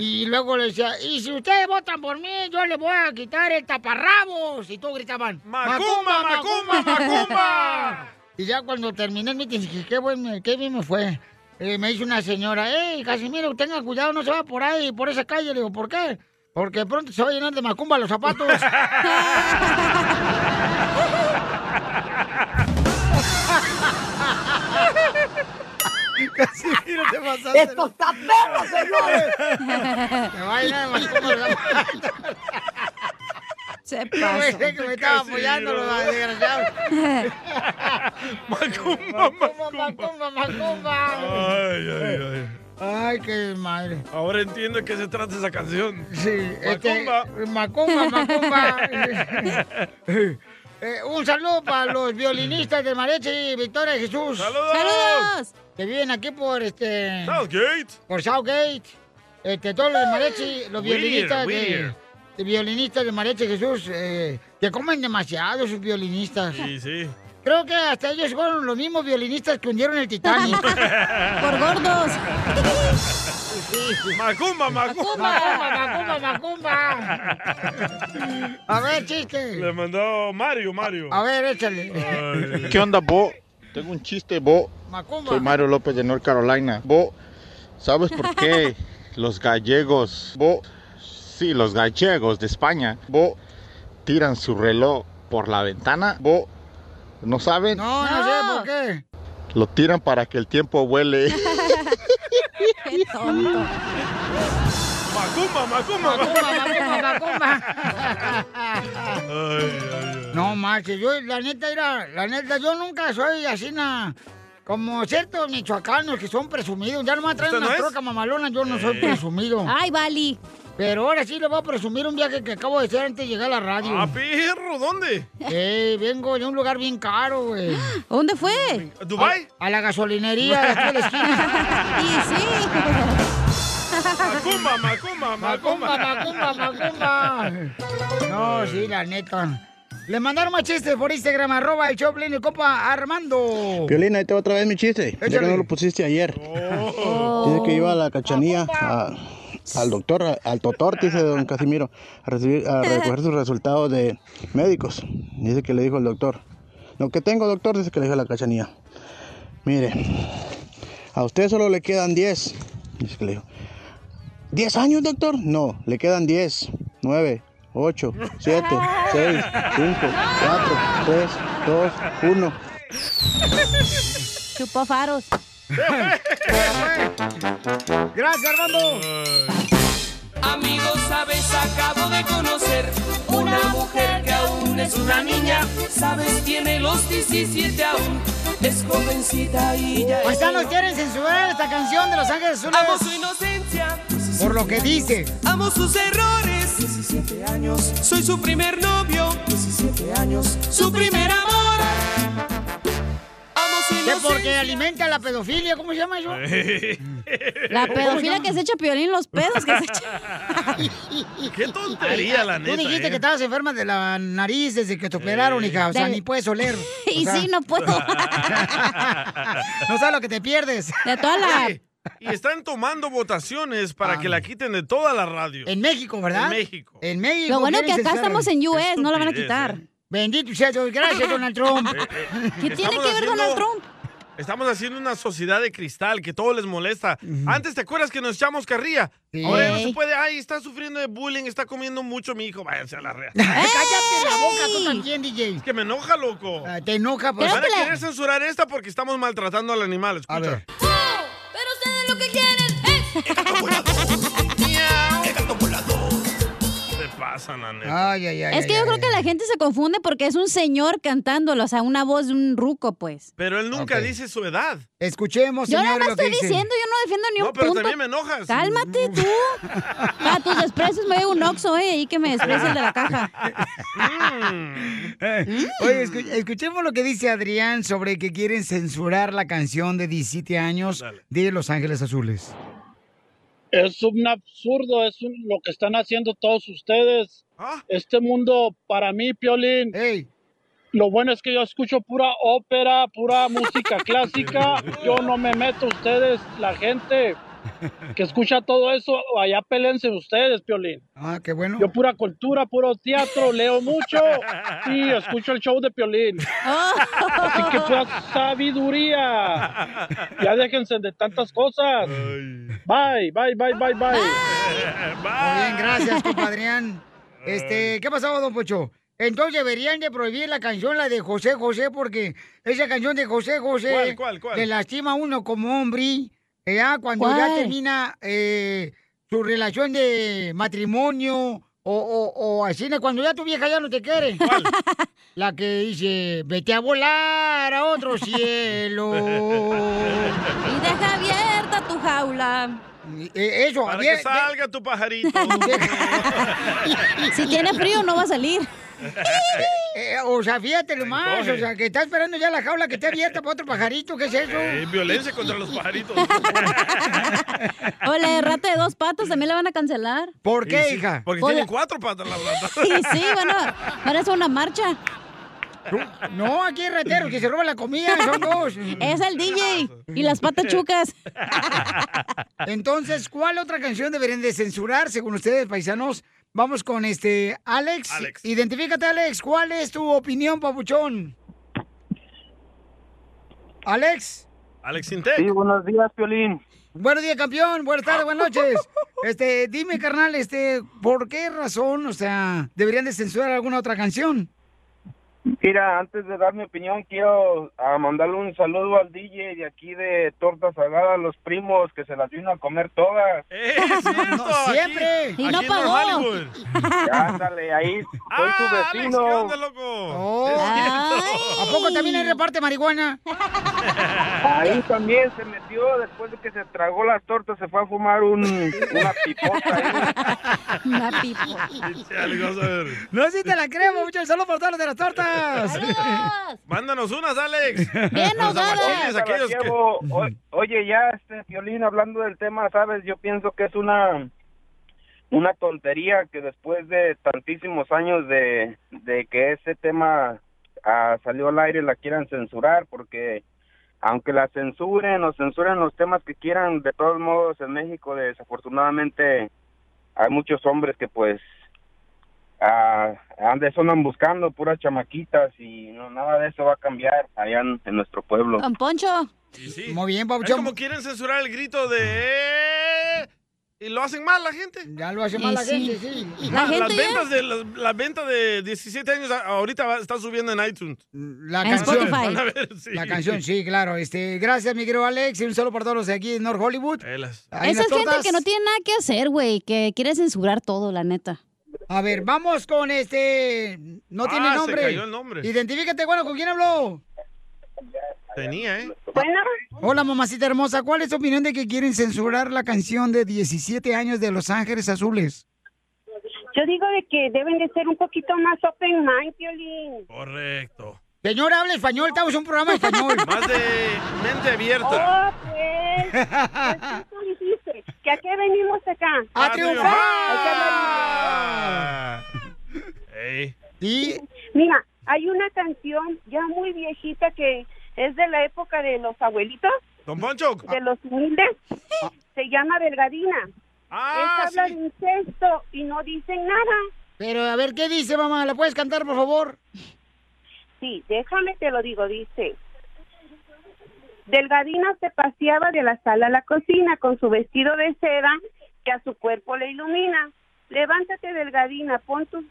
Y luego le decía, y si ustedes votan por mí, yo les voy a quitar el taparrabos. Y todos gritaban, Macumba, Macumba, Macumba. Y ya cuando terminé el mitin, dije, qué, buen, me- qué bien me fue. Eh, me dice una señora, hey, Casimiro, tenga cuidado, no se va por ahí, por esa calle. Le digo, ¿por qué? Porque de pronto se va a llenar de macumba los zapatos. Casimiro, te pasaste. ¡Esto está perro, señores! Te va a llenar de macumba los zapatos. Se Yo pensé que me estaba apoyando los desgraciados. Macumba, macumba, macumba, macumba. Ay, ay, ay. Ay, qué madre. Ahora entiendo que se trata esa canción. Sí, este, Macumba. Macumba, macumba. Eh, un saludo para los violinistas de Mareche y Victoria y Jesús. ¡Saludos! ¡Saludos! Que viven aquí por este. Southgate. Por Southgate. Este, todos los de Mareche, los Whittier, violinistas de, Whittier. de violinistas de Mareche y Jesús, eh, que comen demasiado sus violinistas. Sí, sí. Creo que hasta ellos fueron los mismos violinistas que hundieron el Titanic. Por gordos. Macumba, Macumba, macumba, macumba. A ver, chiste. Le mandó Mario, Mario. A ver, échale. ¿Qué onda, Bo? Tengo un chiste, Bo. Macumba. Soy Mario López de North Carolina. Bo, ¿sabes por qué los gallegos, Bo, sí, los gallegos de España, Bo, tiran su reloj por la ventana? Bo, ¿no saben? No, no sé por qué. Lo tiran para que el tiempo vuele. Qué tonto. Macumba, macumba, macumba, No manches, yo la neta era, la neta, yo nunca soy así na, como ciertos michoacanos que son presumidos. Ya nomás traen ¿Usted no una es? troca mamalona, yo no soy Eh. presumido. Ay, Bali. Pero ahora sí le voy a presumir un viaje que acabo de hacer antes de llegar a la radio. Ah, perro, ¿dónde? Eh, vengo de un lugar bien caro, güey. ¿Dónde fue? ¿A Dubái? A, la gasolinería de aquí de la esquina. Macumba, macumba, Macumba, macumba. macumba, macumba. No, sí, la neta. Le mandaron más chistes por Instagram, arroba el Choplin, el copa Armando. Violina, ahí te va otra vez mi chiste. Ya que no lo pusiste ayer. Dice Oh. que iba a la cachanilla a- al doctor, a- al totor, dice don Casimiro, a, recibir, a recoger sus resultados de médicos. Dice que le dijo el doctor. Lo que tengo, doctor, dice que le dijo la cachanilla. Mire, a usted solo le quedan 10. Dice que le dijo. ¿10 años, doctor? No, le quedan 10, 9, 8, 7, 6, 5, 4, 3, 2, 1. Chupó faros. Gracias, Armando. Amigos, sabes, acabo de conocer una mujer que aún es una niña. Sabes, tiene los 17 aún. Es jovencita y ya es. Paisanos quieren censurar esta canción de Los Ángeles Ah, Azules. Amo su inocencia. Por lo que dice. Amo sus errores. 17 años. Soy su primer novio. 17 años. Su primer amor. Amo su ¿Qué? inocencia. Porque alimenta la pedofilia, ¿cómo se llama eso? La pedofilia que se echa piolín, los pedos que se echa. Qué tontería, la neta. Tú dijiste ¿eh? que estabas enferma de la nariz desde que te operaron, hija. O sea, Del- ni puedes oler. Y O sea, sí, no puedo. No sabes lo que te pierdes. De toda la- Oye, Y están tomando votaciones para que la quiten de toda la radio. En México, ¿verdad? En México. En México. Lo bueno que quieren acá censurar. estamos en US, no la van a quitar. Bendito sea Dios. Gracias, Donald Trump. Eh, eh, ¿Qué tiene estamos que ver Donald haciendo- Trump? Estamos haciendo una sociedad de cristal que todo les molesta. Antes te acuerdas que nos echamos carrilla. Ahora ya no se puede. Ay, está sufriendo de bullying, está comiendo mucho mi hijo. Váyanse a la rea. ¡Cállate la boca tú también, DJ! Es que me enoja, loco. Te enoja, pues. Van a querer censurar esta porque estamos maltratando al animal. Escucha. Pero ustedes lo que quieren Te pasan, la neta. Ay, ay, ay. Es que yo creo que la gente se confunde porque es un señor cantándolo, o sea, una voz de un ruco, pues. Pero él nunca dice su edad. Escuchemos, Yo nada más señores, lo que estoy dicen. diciendo, yo no defiendo ni No, un pero punto. también me enojas. Cálmate tú. Para tus desprecios me veo un oxo, eh, ahí que me desprecie el de la caja. Eh, Mm. Oye, escu- escuchemos lo que dice Adrián sobre que quieren censurar la canción de 17 años de Los Ángeles Azules. Es un absurdo, es un- lo que están haciendo todos ustedes. Este mundo, para mí, Piolín, lo bueno es que yo escucho pura ópera, pura música clásica. Yo no me meto ustedes, la gente que escucha todo eso, allá pélense ustedes, Piolín. Ah, qué bueno. Yo pura cultura, puro teatro, leo mucho y escucho el show de Piolín. Así que pura sabiduría. Ya déjense de tantas cosas. Bye, bye, bye, bye, bye. Ah. Muy Ah. bien, gracias, compadrián. Este, ¿qué pasaba, don Pocho? Entonces deberían de prohibir la canción, la de José José, porque esa canción de José José ¿Cuál, cuál, cuál? le lastima a uno como hombre. eh, ah, cuando ya ¿Cuál? termina eh, su relación de matrimonio o, o, o así, ¿no? cuando ya tu vieja ya no te quiere. La que dice, vete a volar a otro cielo. Y deja abierta tu jaula. eh, eso, Para que salga tu pajarito. Si tiene frío, no va a salir. Eh, eh, o sea, fíjate lo más, Encoge. o sea, que está esperando ya la jaula que esté abierta para otro pajarito, ¿qué es eso? Eh, violencia contra los pajaritos. O la de rata de dos patas también la van a cancelar. ¿Por Y sí, Porque Por la- tienen cuatro patas la planta. Y sí, bueno, van a hacer una marcha. No, aquí hay rateros que se roban la comida, son dos. Es el DJ y las patas chucas. Entonces, ¿cuál otra canción deberían de censurar según ustedes, paisanos? Vamos con este Alex. Alex. Identifícate, Alex. ¿Cuál es tu opinión, papuchón? Alex. Alex Intec. Sí, buenos días, Piolín. Buenos días, campeón. Buenas tardes, buenas noches. Este, dime, carnal, este, ¿por qué razón, o sea, deberían de censurar alguna otra canción? Mira, antes de dar mi opinión, quiero ah, mandarle un saludo al DJ de aquí de Torta Salada, a los primos que se las vino a comer todas. siempre. Y no pagó. Ya, ándale, ahí soy tu vecino. Oh. ¿A poco también hay reparte marihuana? Ahí también se metió, después de que se tragó las tortas, se fue a fumar un, una pipota. Una pipo. No, si te la creo, mucho saludo para todos los de las tortas. Mándanos unas, Alex. Los Oye, aguachiles, aquellos que- Sabastiego, o- Oye, ya, este, Piolín, hablando del tema, ¿sabes? Yo pienso que es una una tontería que después de tantísimos años de, de que ese tema ah, salió al aire la quieran censurar, porque aunque la censuren o censuren los temas que quieran, de todos modos en México desafortunadamente hay muchos hombres que pues ah, andan andan buscando puras chamaquitas y no nada de eso va a cambiar allá en, en nuestro pueblo. Don Poncho. Ah, Muy bien, Es como quieren censurar el grito de... Y lo hacen mal la gente. Ya lo hace mal la gente, sí. La- las, ventas de, las, las ventas de 17 años a- ahorita va- está subiendo en iTunes. La canción. La canción, sí, claro. Este, gracias, mi querido Alex. Y un saludo para todos los de aquí en North Hollywood. Ahí en Esa las es gente tortas. que no tiene nada que hacer, güey, que quiere censurar todo, la neta. A ver, vamos con este. No Ah, tiene se nombre. cayó el nombre. Identifícate, bueno, ¿con quién habló? Tenía, ¿eh? Bueno. Hola, mamacita hermosa. ¿Cuál es tu opinión de que quieren censurar la canción de 17 años de Los Ángeles Azules? Yo digo de que deben de ser un poquito más open mind, Piolín. Correcto. Señor, habla español. Estamos en un programa en español. Más de mente abierta. Oh, pues. pues tú dijiste que a qué venimos acá. ¡A triunfar! Hay que hablar- Ey. Mira, hay una canción ya muy viejita que es de la época de los abuelitos, Don Poncho. de los humildes. Ah. Se llama Delgadina. Ah, Esta habla de incesto y no dicen nada. Pero a ver, ¿qué dice, mamá? ¿La puedes cantar, por favor? Sí, déjame te lo digo, dice. Delgadina se paseaba de la sala a la cocina con su vestido de seda que a su cuerpo le ilumina. Levántate, Delgadina, pon tus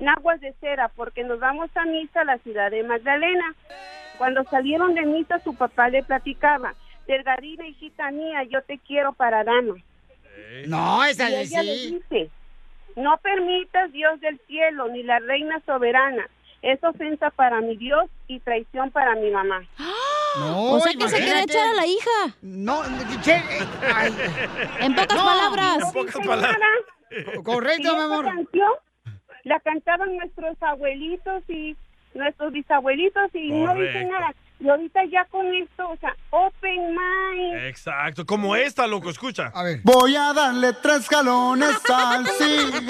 naguas de cera porque nos vamos a misa a la ciudad de Magdalena. Cuando salieron de misa, su papá le platicaba, Delgadina, hijita mía, yo te quiero para dama. No, esa Y es ella le sí. dice, no permitas, Dios del cielo, ni la reina soberana. Es ofensa para mi Dios y traición para mi mamá. No, O sea que se quería imagínate. echar a la hija. No, che, eh, ay. En pocas No, palabras. no dije nada. Co- Correcto, Y mi esa amor. canción la cantaban nuestros abuelitos y nuestros bisabuelitos y no dicen Correcto. nada. Y ahorita ya con esto, o sea, open mind. Exacto, como esta, loco, escucha. A ver. Voy a darle tres galones al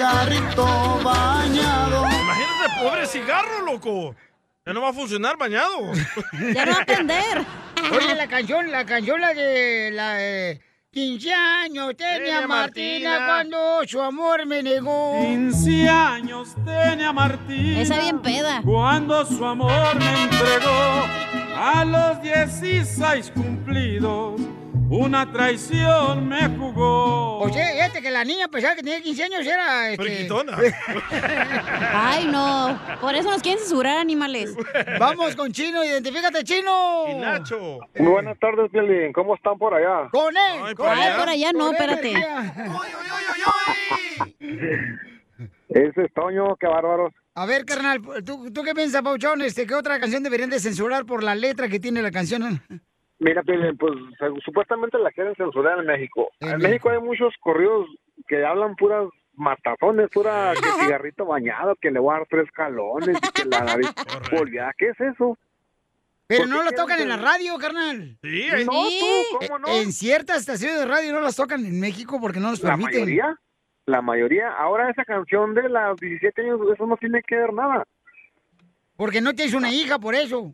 cigarrito bañado. Imagínate, pobre cigarro, loco. Ya no va a funcionar bañado. Ya no va a aprender. Oye, la canción, la canción, la de la de 15 años tenía Tenía Martina, Martina. cuando su amor me negó. 15 años tenía Martina. Esa bien peda. Cuando su amor me entregó a los 16 cumplidos, una traición me jugó. Oye, este que la niña pensaba que tenía 15 años era. Este... Ay, no. Por eso nos quieren censurar, animales. Vamos con Chino, identifícate, Chino. Y Nacho. Muy buenas tardes, Piolín. ¿Cómo están por allá? Con él. Ay, por allá. no, espérate. Ese es Toño, qué bárbaros. A ver, carnal, ¿tú, tú qué piensas, Pauchón? Este, ¿Qué otra canción deberían de censurar por la letra que tiene la canción? Mira, Piolín, pues se- supuestamente la quieren censurar en México. En, México hay muchos corridos que hablan puras matazones, pura que cigarrito bañado, que le voy a dar tres calones, y que la nariz polviada. ¿Qué es eso? Pero ¿Por no qué las tocan quieren en la radio, carnal. Sí, ahí- No, tú, ¿cómo no? En ciertas estaciones de radio no las tocan en México porque no los La permiten. mayoría, la mayoría. Ahora esa canción de las 17 años, eso no tiene que ver nada. Porque no tienes una hija por eso.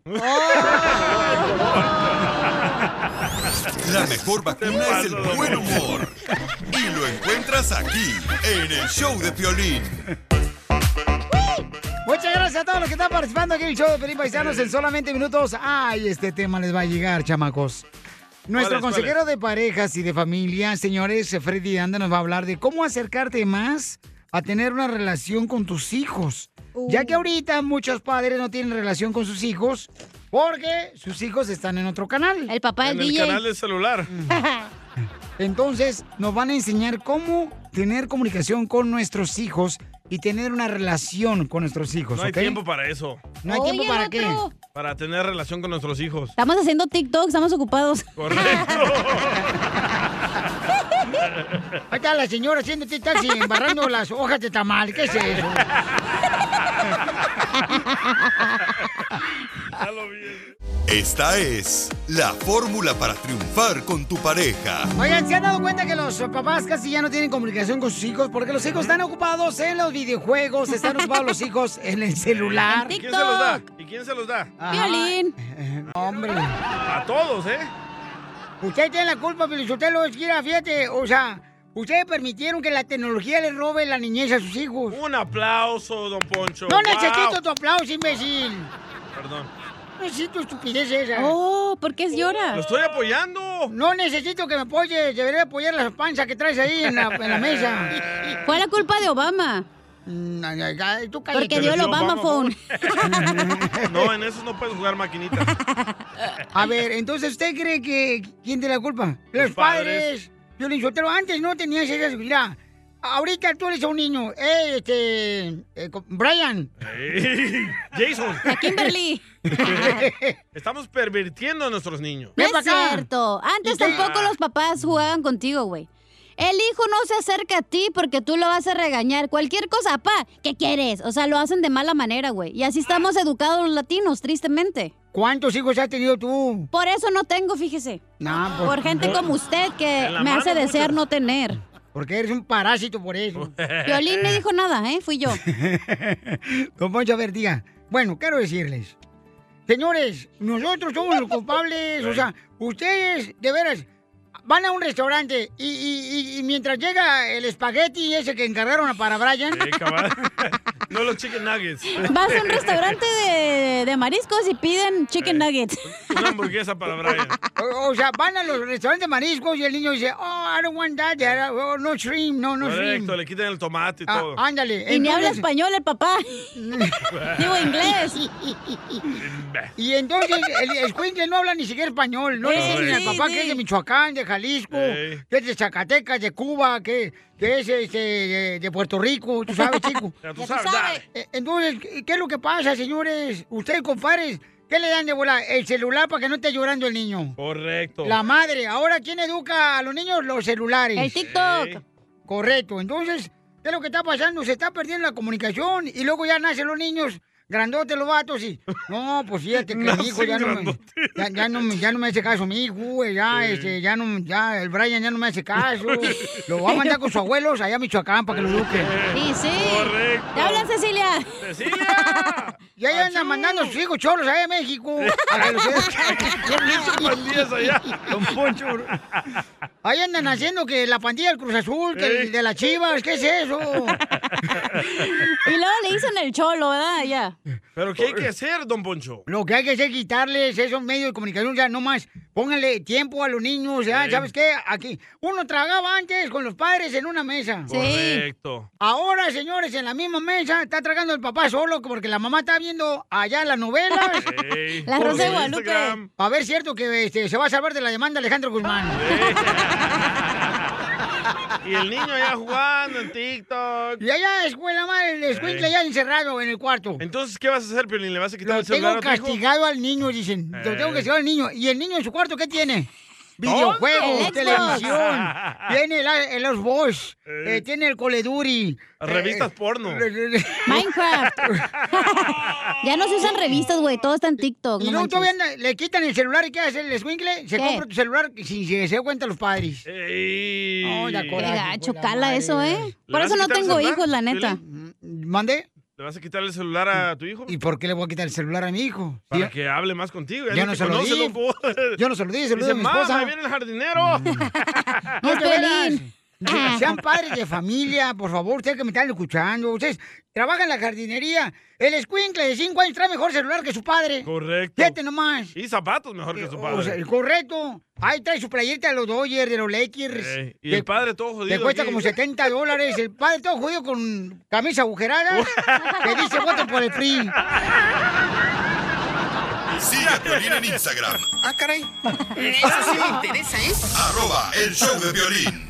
La mejor vacuna es el buen humor. Y lo encuentras aquí, en el show de Piolín. Muchas gracias a todos los que están participando aquí en el show de Pelín Paisanos en solamente minutos. Ay, este tema les va a llegar, chamacos. Nuestro ¿Cuál es, consejero de parejas y de familia, señores, Freddy Anda nos va a hablar de cómo acercarte más a tener una relación con tus hijos. Ya Uh. que ahorita muchos padres no tienen relación con sus hijos porque sus hijos están en otro canal. El papá En el canal del celular. Pues, Entonces, nos van a enseñar cómo tener comunicación con nuestros hijos y tener una relación con nuestros hijos, No hay ¿ok? tiempo para eso. No hay Oye, tiempo para el qué. otro. Para tener relación con nuestros hijos. Estamos haciendo TikTok, estamos ocupados. Ahí está la señora haciendo tic-tac y embarrando las hojas de tamal. ¿Qué es eso? Esta es la fórmula para triunfar con tu pareja. Oigan, ¿se han dado cuenta que los papás casi ya no tienen comunicación con sus hijos? Porque los hijos están ocupados en los videojuegos, están ocupados los hijos en el celular. ¿Y quién se los da? ¿Y quién se los da? Ajá. Eh, Hombre. A todos, ¿eh? Usted tiene la culpa, Felicitelo. Es que, mira, fíjate, o sea, ustedes permitieron que la tecnología le robe la niñez a sus hijos. Un aplauso, don Poncho. No Wow. necesito tu aplauso, imbécil. Perdón. No necesito estupidez esa. Oh, ¿por qué llora? Lo estoy apoyando. No necesito que me apoyes. Debería apoyar las panzas que traes ahí en la, en la mesa. Mm, Fue la culpa de Obama. Tú cállate. Porque dio el Obama Phone. No, en esos no puedes jugar maquinitas. A ver, entonces, ¿usted cree que quién tiene la culpa? Los, padres. padres. Yo le pero antes no tenías esas... Mira, ahorita tú eres un niño. Eh, este... eh, co- Brian. Ey, Jason. A Kimberly. Estamos pervirtiendo a nuestros niños. No es cierto. Antes tampoco los papás jugaban contigo, güey. El hijo no se acerca a ti porque tú lo vas a regañar. Cualquier cosa, pa, ¿qué quieres? O sea, lo hacen de mala manera, güey. Y así estamos educados los latinos, tristemente. ¿Cuántos hijos has tenido tú? Por eso no tengo, fíjese. No, Por gente como usted que En la me mano hace desear muchas. no tener. Porque eres un parásito por eso. Violín no dijo nada, ¿eh? Fui yo. Don Poncho, a ver, diga. Bueno, quiero decirles. Señores, nosotros somos los culpables. O sea, ustedes, de veras, van a un restaurante y, y- y- y mientras llega el espagueti ese que encargaron para Brian. Sí, cabal. No los chicken nuggets. Vas a un restaurante de, de mariscos y piden chicken nuggets. Una hamburguesa para Brian. O, o sea, van a los restaurantes de mariscos y el niño dice, oh, I don't want that, dad. Oh, no shrimp, no, no shrimp. Correcto, le quitan el tomate y Ah, todo. ándale. Y ni habla español el papá. Digo, inglés. Y entonces el escuincle no habla ni siquiera español. No le Ey, enseñan al Eh, sí, papá sí. que es de Michoacán, de Jalisco, Ey. que es de Zacatecas, de Cuba, que, que es este, de, de Puerto Rico. Tú sabes, chico. Ya tú Ya tú sabes, sabes. dale. Eh, Entonces, ¿qué es lo que pasa, señores? Ustedes, compadres, ¿qué le dan de volar? El celular para que no esté llorando el niño. Correcto. La madre. Ahora, ¿quién educa a los niños? Los celulares. El TikTok. Sí. Correcto. Entonces, ¿qué es lo que está pasando? Se está perdiendo la comunicación y luego ya nacen los niños. Grandotes los vatos y... No, pues fíjate que mi Nacen hijo ya no, me, ya, ya no, me- ya no me hace caso. Mi hijo, güey, ya, este, ya no... Ya, el Brian ya no me hace caso. Lo va a mandar con sus abuelos allá a Michoacán para que lo eduquen. Sí, sí. Correcto. ¿Te hablan, Cecilia? Y ahí andan mandando sus hijos choros allá a México. A que los Pinche pandillas allá. Don Poncho. Ahí andan haciendo que la pandilla del Cruz Azul, que el de las Chivas, ¿qué es eso? Y luego le dicen el cholo, ¿verdad? Ya. Pero ¿qué hay que hacer, don Poncho? Lo que hay que hacer es quitarles esos medios de comunicación, ya no más. Pónganle tiempo a los niños, ya, Sí. ¿sabes qué? Aquí, uno tragaba antes con los padres en una mesa. Correcto. Ahora, señores, en la misma mesa está tragando el papá solo porque la mamá está viendo allá las novelas. Ey. Las Rosa de Por Guadalupe. Instagram. A ver, cierto que este, se va a salvar de la demanda Alejandro Guzmán. Y el niño allá jugando en TikTok. Y allá, escuela madre, el escuincle Ey. ya encerrado en el cuarto. Entonces, ¿qué vas a hacer, Piolín? ¿Le vas a quitar el Tengo celular a tu hijo? castigado al niño, dicen. Lo tengo Eh. castigado al niño. ¿Y el niño en su cuarto qué tiene? ¿Todo? Videojuegos, El Xbox. televisión. tiene el, el Xbox, eh, tiene el Coleduri. eh, Revistas porno. Minecraft. Ya no se usan revistas, güey. Todo está en TikTok. Y no luego manches. todavía anda- le quitan el celular y ¿qué hace el escuincle? ¿Qué? Se compra tu celular sin que se den cuenta los padres. Ay, la Qué coraje, gacho, hijo de la cala madre. eso, ¿eh? ¿Le Por vas eso a no quitar el tengo celular, hijos, la neta. Mm, ¿Mande? ¿Le vas a quitar el celular a tu hijo? ¿Y por qué le voy a quitar el celular a mi hijo? Para que hable más contigo. ya Yo ni no te se lo conoce, di. loco. Yo no se lo di, se lo di Dice, a mi "Mamá, esposa". viene el jardinero. No, de veras. Piolín. Que Sean padres de familia, por favor, ustedes que me están escuchando. Ustedes trabajan en la jardinería. El escuincle de 5 años trae mejor celular que su padre. Correcto. Fíjate nomás. Y zapatos mejor que su padre. Eh, O sea, el correcto. Ahí trae su playerita de los Dodgers, de los Lakers. Ey, y Te- el padre todo jodido. Te cuesta aquí. como 70 dólares. El padre todo jodido con camisa agujerada. que dice voto por el PRI. Sigue a Piolín en Instagram. Ah, caray. Arroba el show de violín.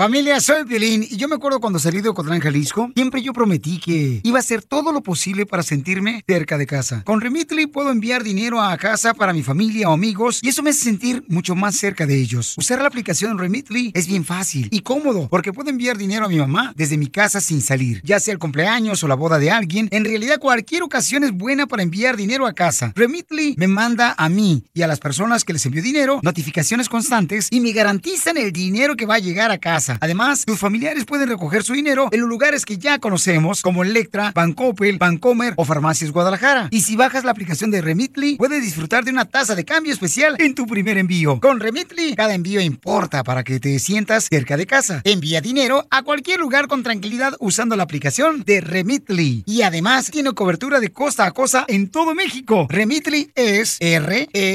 Familia, soy Violín y yo me acuerdo cuando salí de Ocotlán, Jalisco, siempre yo prometí que iba a hacer todo lo posible para sentirme cerca de casa. Con Remitly puedo enviar dinero a casa para mi familia o amigos y eso me hace sentir mucho más cerca de ellos. Usar la aplicación Remitly es bien fácil y cómodo porque puedo enviar dinero a mi mamá desde mi casa sin salir, ya sea el cumpleaños o la boda de alguien. En realidad, cualquier ocasión es buena para enviar dinero a casa. Remitly me manda a mí y a las personas que les envío dinero notificaciones constantes y me garantizan el dinero que va a llegar a casa. casa. Además, tus familiares pueden recoger su dinero en los lugares que ya conocemos, como Electra, Bancoppel, Bancomer o Farmacias Guadalajara. Y si bajas la aplicación de Remitly, puedes disfrutar de una tasa de cambio especial en tu primer envío. Con Remitly, cada envío importa para que te sientas cerca de casa. Envía dinero a cualquier lugar con tranquilidad usando la aplicación de Remitly. Y además, tiene cobertura de costa a costa en todo México. Remitly es E R-E-M-I-T-L-Y.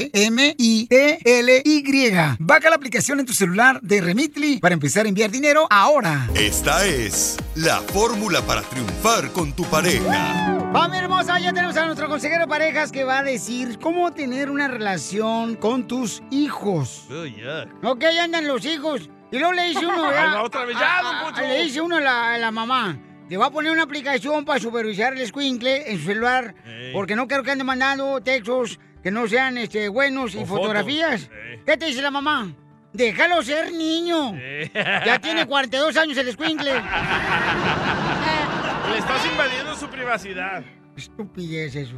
Baja la aplicación en tu celular de Remitly para empezar a enviar dinero ahora. Esta es la fórmula para triunfar con tu pareja. Familia hermosa, ya tenemos a nuestro consejero de parejas que va a decir cómo tener una relación con tus hijos. Oh, Ok, ahí andan los hijos. Y luego le dice uno, Ahí ¿verdad? va otra vez, ya, don Poncho. le dice uno a la, a la mamá, te voy a poner una aplicación para supervisar el escuincle en su celular, Ey. porque no quiero que anden mandando textos que no sean este, buenos y O fotos. fotografías. ¿Qué te dice la mamá? Déjalo ser niño. Ya tiene 42 años el escuincle. Le estás invadiendo su privacidad. Estupidez eso.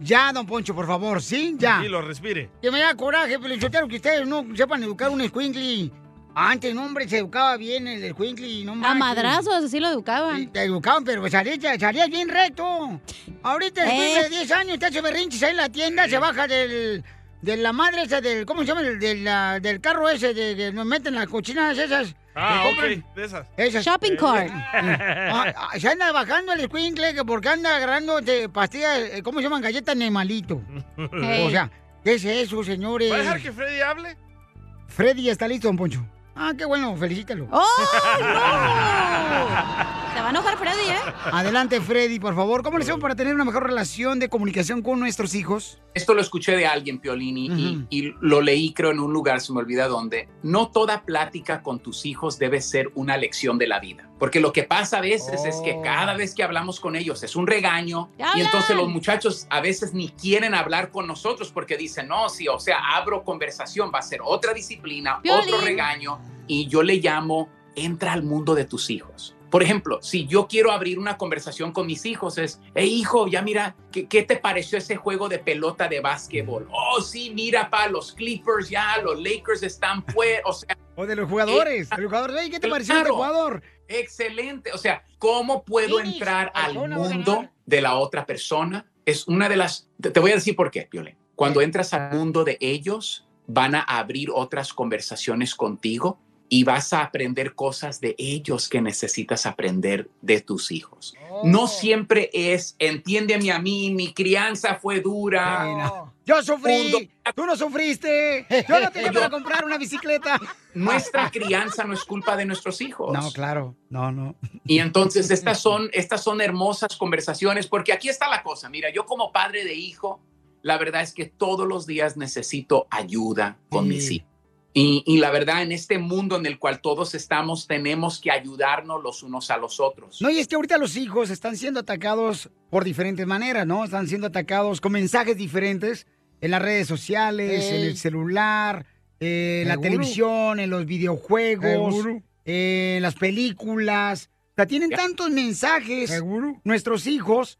Ya, don Poncho, por favor, sí, ya. Y lo respire. Que me da coraje, pues, Pelichotero, que ustedes no sepan educar un escuincli. Antes, no, hombre, se educaba bien el escuincli, no A manches. madrazos, así lo educaban. Ah, Te educaban, pero pues salías, salías bien recto. Ahorita el Eh. escuincle de 10 años te hace berrinches ahí en la tienda, se baja del... De la madre esa del... ¿Cómo se llama? Del, del, ah, del carro ese, de, de- nos meten las cochinas esas. Ah, que compran. ok, de esas. Esas- Eh, Ah, ah, se anda bajando el escuincle que porque anda agarrando este, pastillas, eh, ¿cómo se llaman? Galletas animalito. O sea, ¿qué es eso, señores? ¿Va a dejar que Freddy hable? Freddy ya está listo, don Poncho. Ah, qué bueno, felicítalo. ¡Oh, Se va a enojar Freddy, ¿eh? Adelante, Freddy, por favor. ¿Cómo le hacemos para tener una mejor relación de comunicación con nuestros hijos? Esto lo escuché de alguien, Piolini, y, lo leí, creo, en un lugar, se me olvida dónde. No toda plática con tus hijos debe ser una lección de la vida, porque lo que pasa a veces es que cada vez que hablamos con ellos es un regaño, ¡Ya y entonces hablan! los muchachos a veces ni quieren hablar con nosotros porque dicen, no, sí, o sea, abro conversación, va a ser otra disciplina, otro Piolín. regaño, y yo le llamo, entra al mundo de tus hijos. Por ejemplo, si yo quiero abrir una conversación con mis hijos, es, hey hijo, ya mira, ¿qué, qué te pareció ese juego de pelota de básquetbol? Oh, sí, mira, pa, los Clippers ya, los Lakers están fuera, o sea. O de los jugadores, el jugador, "Ey, ¿qué te pareció este jugador? Excelente, o sea, ¿cómo puedo Finish, entrar al persona, mundo de la otra persona? Es una de las, te te voy a decir por qué, Violet. Cuando entras al mundo de ellos, van a abrir otras conversaciones contigo y vas a aprender cosas de ellos que necesitas aprender de tus hijos. No siempre es, entiéndeme a mí, mi crianza fue dura. Yo sufrí, tú no sufriste, yo no tenía Yo- para comprar una bicicleta. Nuestra crianza no es culpa de nuestros hijos. No, claro, no, no. Y entonces estas son, estas son hermosas conversaciones, porque aquí está la cosa. Mira, yo como padre de hijo, la verdad es que todos los días necesito ayuda con mis hijos. Y, y la verdad, en este mundo en el cual todos estamos, tenemos que ayudarnos los unos a los otros. No, y es que ahorita los hijos están siendo atacados por diferentes maneras, ¿no? Están siendo atacados con mensajes diferentes en las redes sociales, en Ey. el celular, eh, en la Seguro. televisión, en los videojuegos, Seguro. eh, en las películas. O sea, tienen tantos mensajes nuestros hijos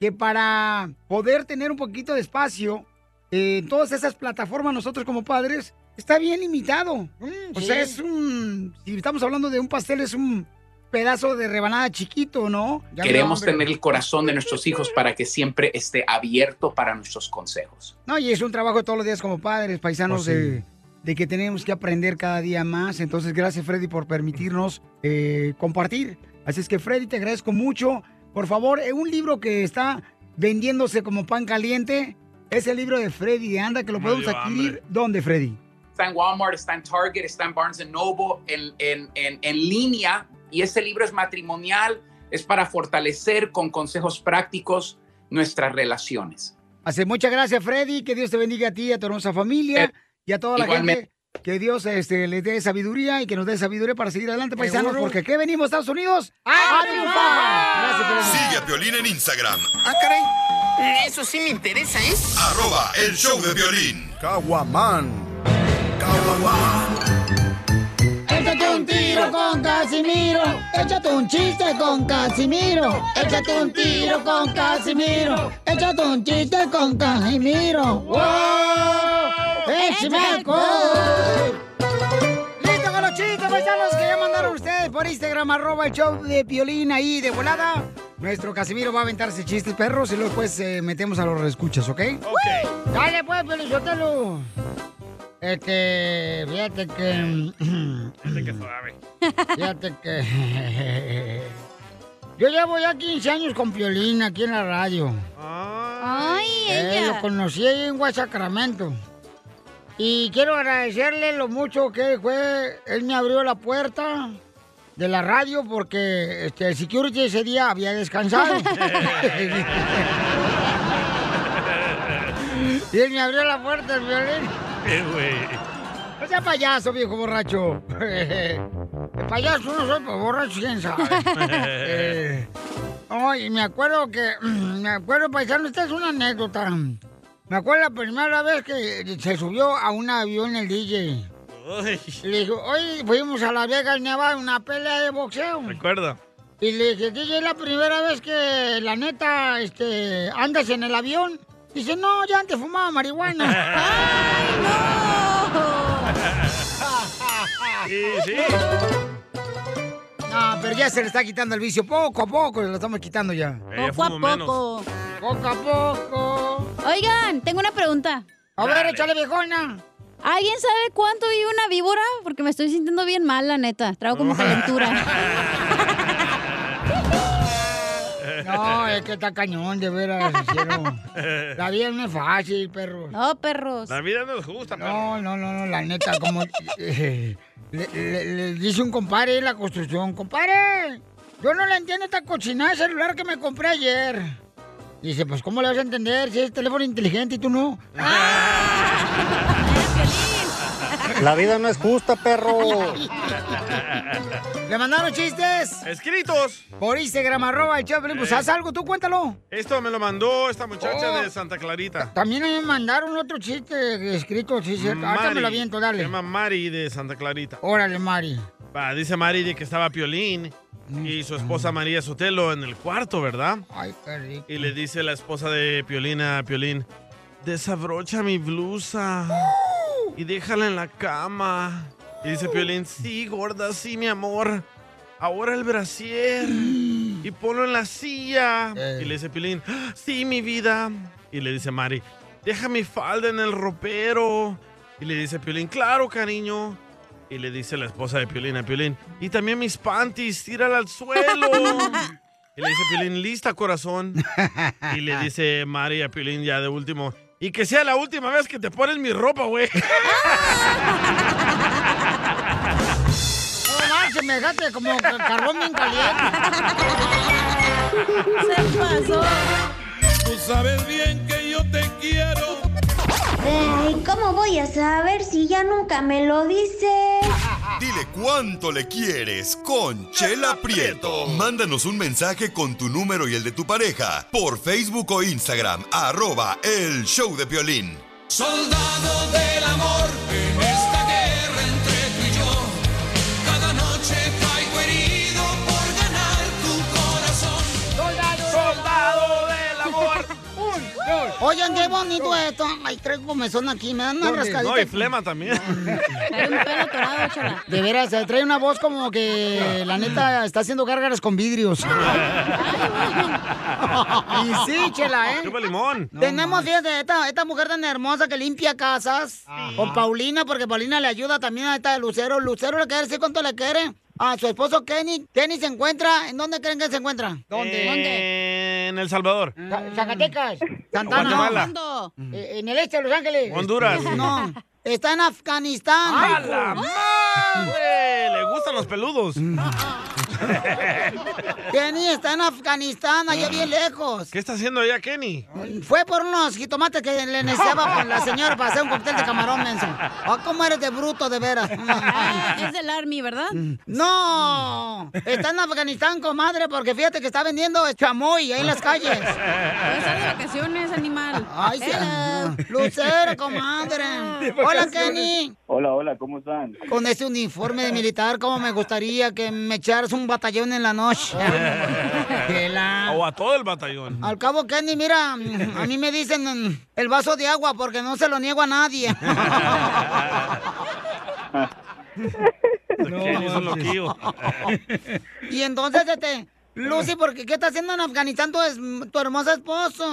que para poder tener un poquito de espacio eh, en todas esas plataformas nosotros como padres está bien limitado. Mm, O sea, es un. Si estamos hablando de un pastel, es un pedazo de rebanada chiquito, ¿no? Ya me dio Queremos hambre. tener el corazón de nuestros hijos para que siempre esté abierto para nuestros consejos. No, y es un trabajo de todos los días como padres, paisanos, Pues sí. de, de que tenemos que aprender cada día más. Entonces, gracias, Freddy, por permitirnos eh, compartir. Así es que, Freddy, te agradezco mucho. Por favor, eh, un libro que está vendiéndose como pan caliente es el libro de Freddy de Anda, que lo Me podemos dio adquirir. ¿Dónde, Freddy? Está en Walmart, está en Target, está en Barnes Noble, en, en, en, en línea. Y ese libro es matrimonial, es para fortalecer con consejos prácticos nuestras relaciones. Así, muchas gracias, Freddy. Que Dios te bendiga a ti, a tu hermosa familia y a toda la igualmente. gente. Que Dios este, les dé sabiduría y que nos dé sabiduría para seguir adelante, paisanos, Seguro. porque aquí venimos, Estados Unidos, Ah, a triunfar. Gracias, Freddy. Sigue a Violín en Instagram, Ah, caray. Eso sí me interesa, ¿eh? arroba el show de violín. Caguaman. Échate un tiro con Casimiro. Échate un chiste con Casimiro. Échate un tiro con Casimiro. Échate un chiste con Casimiro. ¡Wow! ¡Échame alcohol! ¡Listo con los chistes, paisanos! ¡Que por Instagram, arroba el show de Piolín ahí de volada. Nuestro Casimiro va a aventarse chistes perros y luego pues eh, metemos a los reescuchas, ¿ok? Ok. Dale pues, Piolín, suéltalo. Este, fíjate que... Este que suave. Fíjate que... Yo llevo ya 15 años con Piolín aquí en la radio. Ay, Eh, ella. lo conocí ahí en Guasacramento. Y quiero agradecerle lo mucho que fue. Él me abrió la puerta de la radio porque este, el security ese día había descansado. y él me abrió la puerta, el violín. Eh, güey. No sea payaso, viejo borracho. El payaso no soy, pero borracho, quién sabe. Eh, no, y me acuerdo que, me acuerdo, paisano, esta es una anécdota. Me acuerdo la primera vez que se subió a un avión el DJ. Y le dijo, hoy fuimos a Las Vegas, Nevada, a una pelea de boxeo. Recuerda. Y le dije, DJ, es la primera vez que, la neta, este, andas en el avión. Dice, no, yo antes fumaba marihuana. sí, sí. No, pero ya se le está quitando el vicio. Poco a poco se lo estamos quitando ya. Eh, Ella Poco a fuma menos. poco. Poco a poco. Oigan, tengo una pregunta. A ver, Dale. échale viejona. ¿Alguien sabe cuánto vive una víbora? Porque me estoy sintiendo bien mal, la neta. Traigo como calentura. No, es que está cañón, de veras. sincero. La vida no es fácil, perros. No, perros. La vida no es justa, No, no, no, no, la neta, como... eh, le, le- le dice un compadre ahí en la construcción, compadre, yo no le entiendo esta cochinada de celular que me compré ayer. Dice, pues, ¿cómo le vas a entender si es teléfono inteligente y tú no? La vida no es justa, perro. ¿Le mandaron chistes? Escritos. Por Instagram, arroba el Chaplin. Pues Eh. haz algo, tú cuéntalo. Esto me lo mandó esta muchacha Oh. de Santa Clarita. También me mandaron otro chiste escrito, sí, cierto. Ah, Ahorita me lo aviento, Se dale. llama Mari de Santa Clarita. Órale, Mari. Mm. Va, dice Mari de que estaba Piolín y su esposa María Sotelo en el cuarto, ¿verdad? Ay, qué rico. Y le dice la esposa de Piolín a Piolín, desabrocha mi blusa y déjala en la cama. Y dice Piolín, sí, gorda, sí, mi amor. Ahora el brasier Mm. y ponlo en la silla. Eh. Y le dice Piolín, "Ah, sí, mi vida. Y le dice Mari, deja mi falda en el ropero. Y le dice Piolín, claro, cariño. Y le dice la esposa de Piolín a Piolín, y también mis panties, tírala al suelo. y le dice Piolín, lista, corazón. Y le dice Mari a Piolín ya de último, y que sea la última vez que te pones mi ropa, güey. Ah, Oh, No manches, me dejaste como ca- carbón bien caliente. Se pasó. Tú sabes bien que yo te quiero. Ay, ¿cómo voy a saber si ya nunca me lo dices? Dile cuánto le quieres con Chela Prieto. Mándanos un mensaje con tu número y el de tu pareja por Facebook o Instagram, arroba el show de Piolín. Soldado del amor, en esta guerra entre tú y yo, cada noche caigo herido por ganar tu corazón. Soldado, soldado del amor. Oigan, qué bonito esto. Ay, traigo comezón aquí. Me dan una rascadita. No, y flema también. De veras, eh, trae una voz como que la neta está haciendo gárgaras con vidrios. Y sí, chela, ¿eh? Chupa limón. Tenemos, fíjate, esta, esta mujer tan hermosa que limpia casas con Paulina, porque Paulina le ayuda también a esta de Lucero. Lucero le quiere decir cuánto le quiere a su esposo Kenny. Kenny se encuentra, ¿en dónde creen que se encuentra? En El Salvador. Za- Zacatecas, Santana, Guatemala. No. Eh, en el este de Los Ángeles, Honduras. No, está en Afganistán. ¡A la madre! Le gustan los peludos. Kenny está en Afganistán, allá bien lejos. ¿Qué está haciendo allá Kenny? Fue por unos jitomates que le necesitaba con la señora para hacer un cóctel de camarón, menso. Ah, ¿Cómo eres de bruto, de veras? Ah, Es del Army, ¿verdad? Mm. ¡No! Está en Afganistán, comadre, porque fíjate que está vendiendo chamoy ahí en las calles. Pues de vacaciones, animal. Ay, sí. Hello. Lucero, comadre. Hola, Kenny. Hola, hola, ¿cómo están? Con este uniforme de militar, ¿cómo me gustaría que me echaras un batallón en la noche? Chela. O a todo el batallón. Al cabo, Kenny, mira, a mí me dicen mm, el vaso de agua porque no se lo niego a nadie. ¿Quién hizo lo que yo? Y entonces, este, Lucy, porque ¿qué está haciendo en Afganistán tu, es- tu hermoso esposo?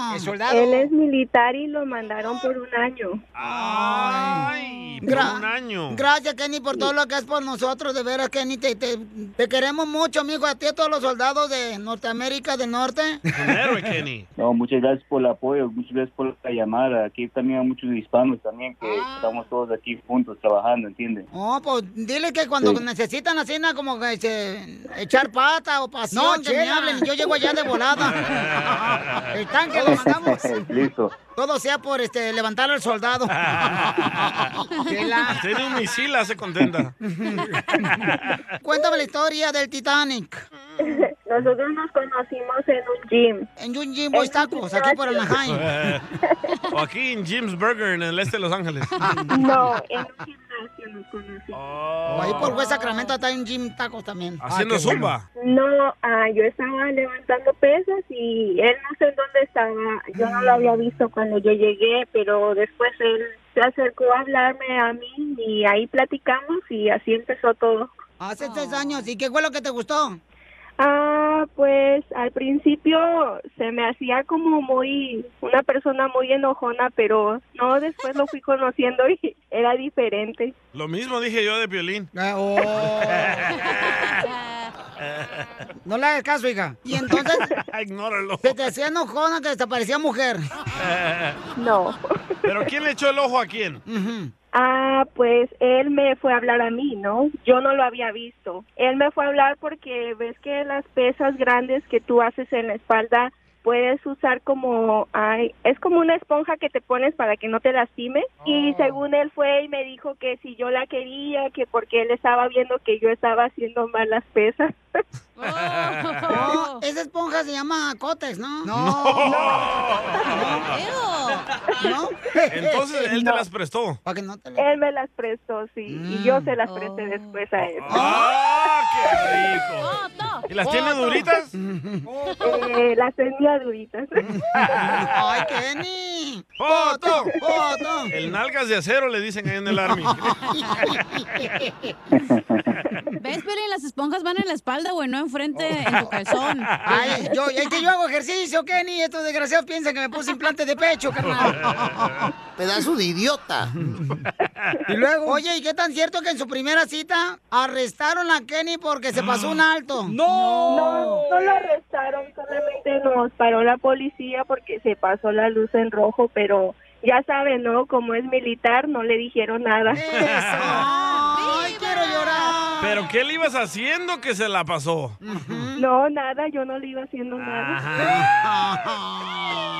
Él es militar y lo mandaron por un año. Ay, por Gra- un año. Gracias, Kenny, por todo lo que es por nosotros. De veras, Kenny, te, te- te queremos mucho, amigo. A ti y a todos los soldados de Norteamérica del Norte. Un héroe, Kenny. No, muchas gracias por el apoyo, muchas gracias por la llamada. Aquí también hay muchos hispanos también que Ah. estamos todos aquí juntos trabajando, ¿entiendes? No, pues dile que cuando Sí. necesitan así, na, como que se- echar pata o pasión, No, que me Chela. hablen. Yo llego allá de volada. El tanque lo mandamos. Listo. Todo sea por este levantar al soldado. Chela. Tiene un misil, hace contenta. Cuéntame la historia del Titanic. Nosotros nos conocimos en un gym. En un gym, voy tacos, aquí por Anaheim. Eh, o aquí en Jim's Burger, en el este de Los Ángeles. No, en un gimnasio nos Oh, conocimos. O ahí por West Sacramento está un gym tacos también. Haciendo Ah, qué bueno. zumba. No, ah, yo estaba levantando pesas y él no sé en dónde estaba. Yo no lo había visto cuando yo llegué, pero después él se acercó a hablarme a mí y ahí platicamos y así empezó todo. Hace tres años. ¿Y qué fue lo que te gustó? Ah, pues al principio se me hacía como muy una persona muy enojona, pero no, después lo fui conociendo y era diferente. Lo mismo dije yo de violín. No le hagas caso, hija. Y entonces. Ignóralo. Se te hacía enojona, que desaparecía mujer. No. ¿Pero quién le echó el ojo a quién? Ah, pues él me fue a hablar a mí, ¿no? Yo no lo había visto. Él me fue a hablar porque ves que las pesas grandes que tú haces en la espalda puedes usar como, ay, es como una esponja que te pones para que no te lastime. Y según él fue y me dijo que si yo la quería, que porque él estaba viendo que yo estaba haciendo mal las pesas. Oh, esa esponja se llama Cotex, ¿no? No. ¿No? Entonces él te las prestó. Él me las prestó, sí, y yo se las presté después a él. ¿Y las tiene duritas? Eh, las tenía duritas. ¡Ay, Kenny! ¡Foto! ¡Foto! El nalgas de acero le dicen ahí en el army. ¿Ves, Pelín? Las esponjas van en la espalda, güey, no enfrente, en tu calzón. Oh. Ay, yo, es que yo hago ejercicio, Kenny. Estos desgraciados piensan que me puse implante de pecho, carnal. Pedazo de idiota. Y luego. Oye, ¿y qué tan cierto que en su primera cita arrestaron a Kenny porque se pasó un alto? No, no lo arrestaron, solamente nos paró la policía porque se pasó la luz en rojo, pero ya saben, ¿no? Como es militar, no le dijeron nada. ¡Ay, quiero llorar! ¿Pero qué le ibas haciendo que se la pasó? No, nada, yo no le iba haciendo nada.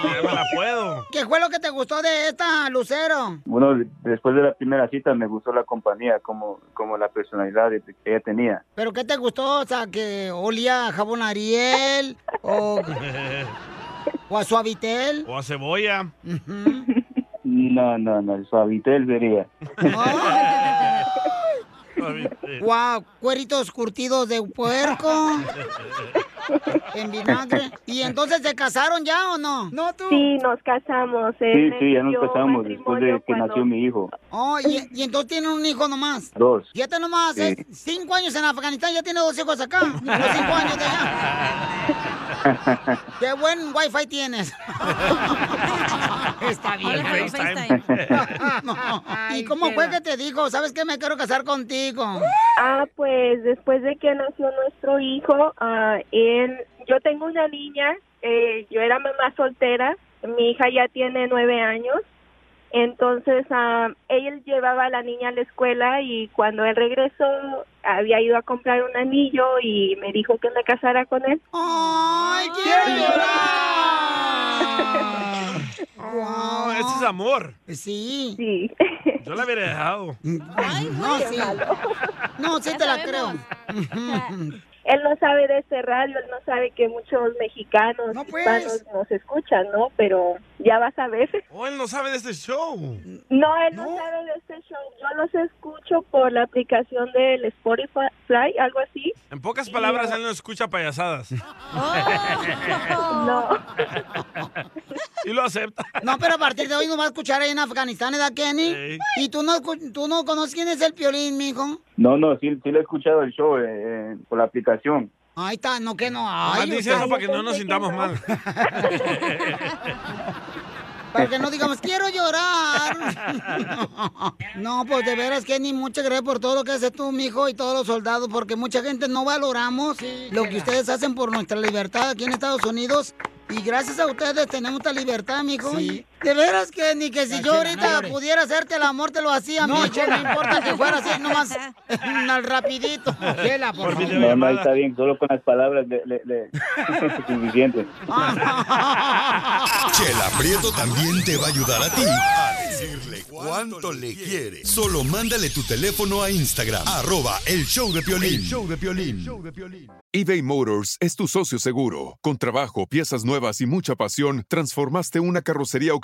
Ya me la puedo. ¿Qué fue lo que te gustó de esta, Lucero? Bueno, después de la primera cita me gustó la compañía, como, como la personalidad de- que ella tenía. ¿Pero qué te gustó? O sea, que olía a jabón Ariel o, o a suavitel. O a cebolla. No, no, no, suavitel sería. Wow, cueritos curtidos de puerco. En vinagre. ¿Y entonces se casaron ya o no? No, tú. Sí, nos casamos. eh. Sí, él me sí, ya nos pidió casamos después de que nació mi hijo. Oh, y, y entonces tienen un hijo nomás. Dos. Ya te nomás, Sí. ¿eh? cinco años en Afganistán, ya tiene dos hijos acá. Los cinco años de allá. Qué buen wifi tienes. Está bien. Hola, pero- FaceTime. No. ¿Y cómo fue que te dijo? ¿Sabes qué? Me quiero casar contigo. Ah, pues después de que nació nuestro hijo, ah, él, yo tengo una niña, eh, yo era mamá soltera, mi hija ya tiene nueve años, entonces ah, él llevaba a la niña a la escuela y cuando él regresó había ido a comprar un anillo y me dijo que me casara con él. ¡Ay, quiero No, ese es amor. Sí. Sí. Yo la hubiera dejado. No, sí. No, sí te la creo. Él no sabe de este radio, él no sabe que muchos mexicanos No, hispanos pues. nos escuchan, ¿no? Pero Ya vas a ver. Oh, él no sabe de este show. No, él no, sabe de este show. Yo los escucho por la aplicación del Spotify, algo así. En pocas palabras, él no escucha payasadas. Oh. y lo acepta. No, pero a partir de hoy no va a escuchar ahí en Afganistán, ¿verdad, Kenny? Ey. ¿Y tú no, escu- tú no conoces quién es el piolín, mijo? No, no, sí, sí lo he escuchado el show eh, eh, por la aplicación. Ahí está, no que no. Nomás Ay, dice usted- eso para que no nos sintamos mal. Para que no digamos, quiero llorar. No, pues de veras, Kenny, muchas gracias por todo lo que haces tú, mijo, y todos los soldados, porque mucha gente no valoramos lo que ustedes hacen por nuestra libertad aquí en Estados Unidos. Y gracias a ustedes tenemos esta libertad, mijo. De veras, Kenny, que si yo Chela, ahorita no llores. pudiera hacerte el amor, te lo hacía, No, mijo. Chela. No importa que fuera así, nomás mm, al rapidito. Chela, por favor. No, no, ahí está bien, solo con las palabras le, le, le- es suficiente. Chela Prieto también te va a ayudar a ti a decirle cuánto le quiere. Solo mándale tu teléfono a Instagram, arroba el show de Piolín. El show de Piolín. eBay Motors es tu socio seguro. Con trabajo, piezas nuevas y mucha pasión, transformaste una carrocería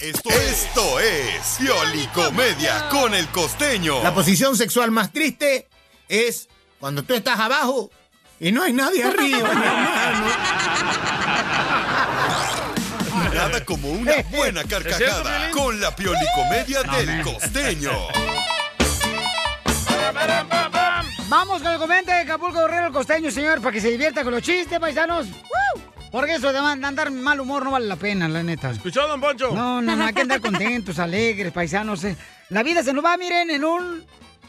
Esto, Esto es Pioli Comedia con el costeño. La posición sexual más triste es cuando tú estás abajo y no hay nadie arriba. mi hermano. Nada como una buena carcajada con la Pioli Comedia del costeño. Vamos con el comente de Acapulco Guerrero el Costeño, señor, para que se divierta con los chistes, paisanos. Porque eso de man- andar mal humor no vale la pena, la neta. ¿Escuchó, don Poncho? No, no, no, hay que andar contentos, alegres, paisanos. eh. La vida se nos va, miren, en un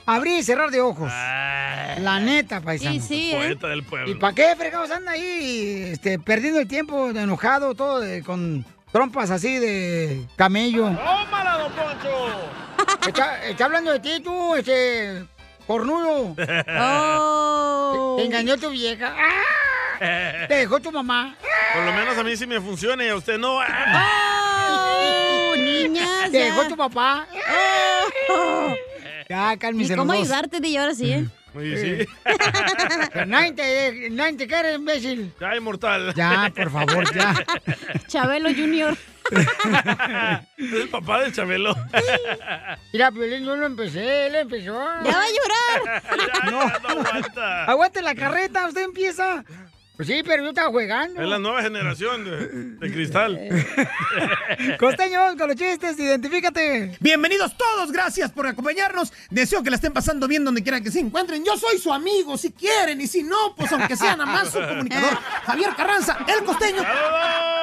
abrir y cerrar de ojos. Ah. La neta, paisanos. Poeta del pueblo. ¿Y para qué fregados anda ahí este, perdiendo el tiempo, enojado, todo de- con trompas así de camello? ¡Tómala, don Poncho! Está, está hablando de ti, tú, este. Cornudo. Oh. Te, te engañó tu vieja. ¡Ah! Te dejó tu mamá. Por lo menos a mí sí me funciona y a usted no. ¡Oh, niñas, Te ya. Oh. dejó tu papá. Ya, cálmense ¿Y cómo los dos. ayudarte de ahora sí, eh? Oye, sí. Pero nadie te, nadie te quiere, imbécil. Ya, inmortal. Ya, por favor, ya. Chabelo Junior. Es el papá de Chabelo. Mira, Piolín, yo lo empecé, él empezó. ¡Ya va a llorar! no. Aguante la carreta, usted empieza. Pues sí, pero yo estaba jugando. Es la nueva generación de, de cristal. Eh. Costeños, con los chistes, identifícate. Bienvenidos todos, gracias por acompañarnos. Deseo que la estén pasando bien donde quiera que se encuentren. Yo soy su amigo, si quieren, y si no, pues aunque sea nada más su comunicador, Javier Carranza, el costeño.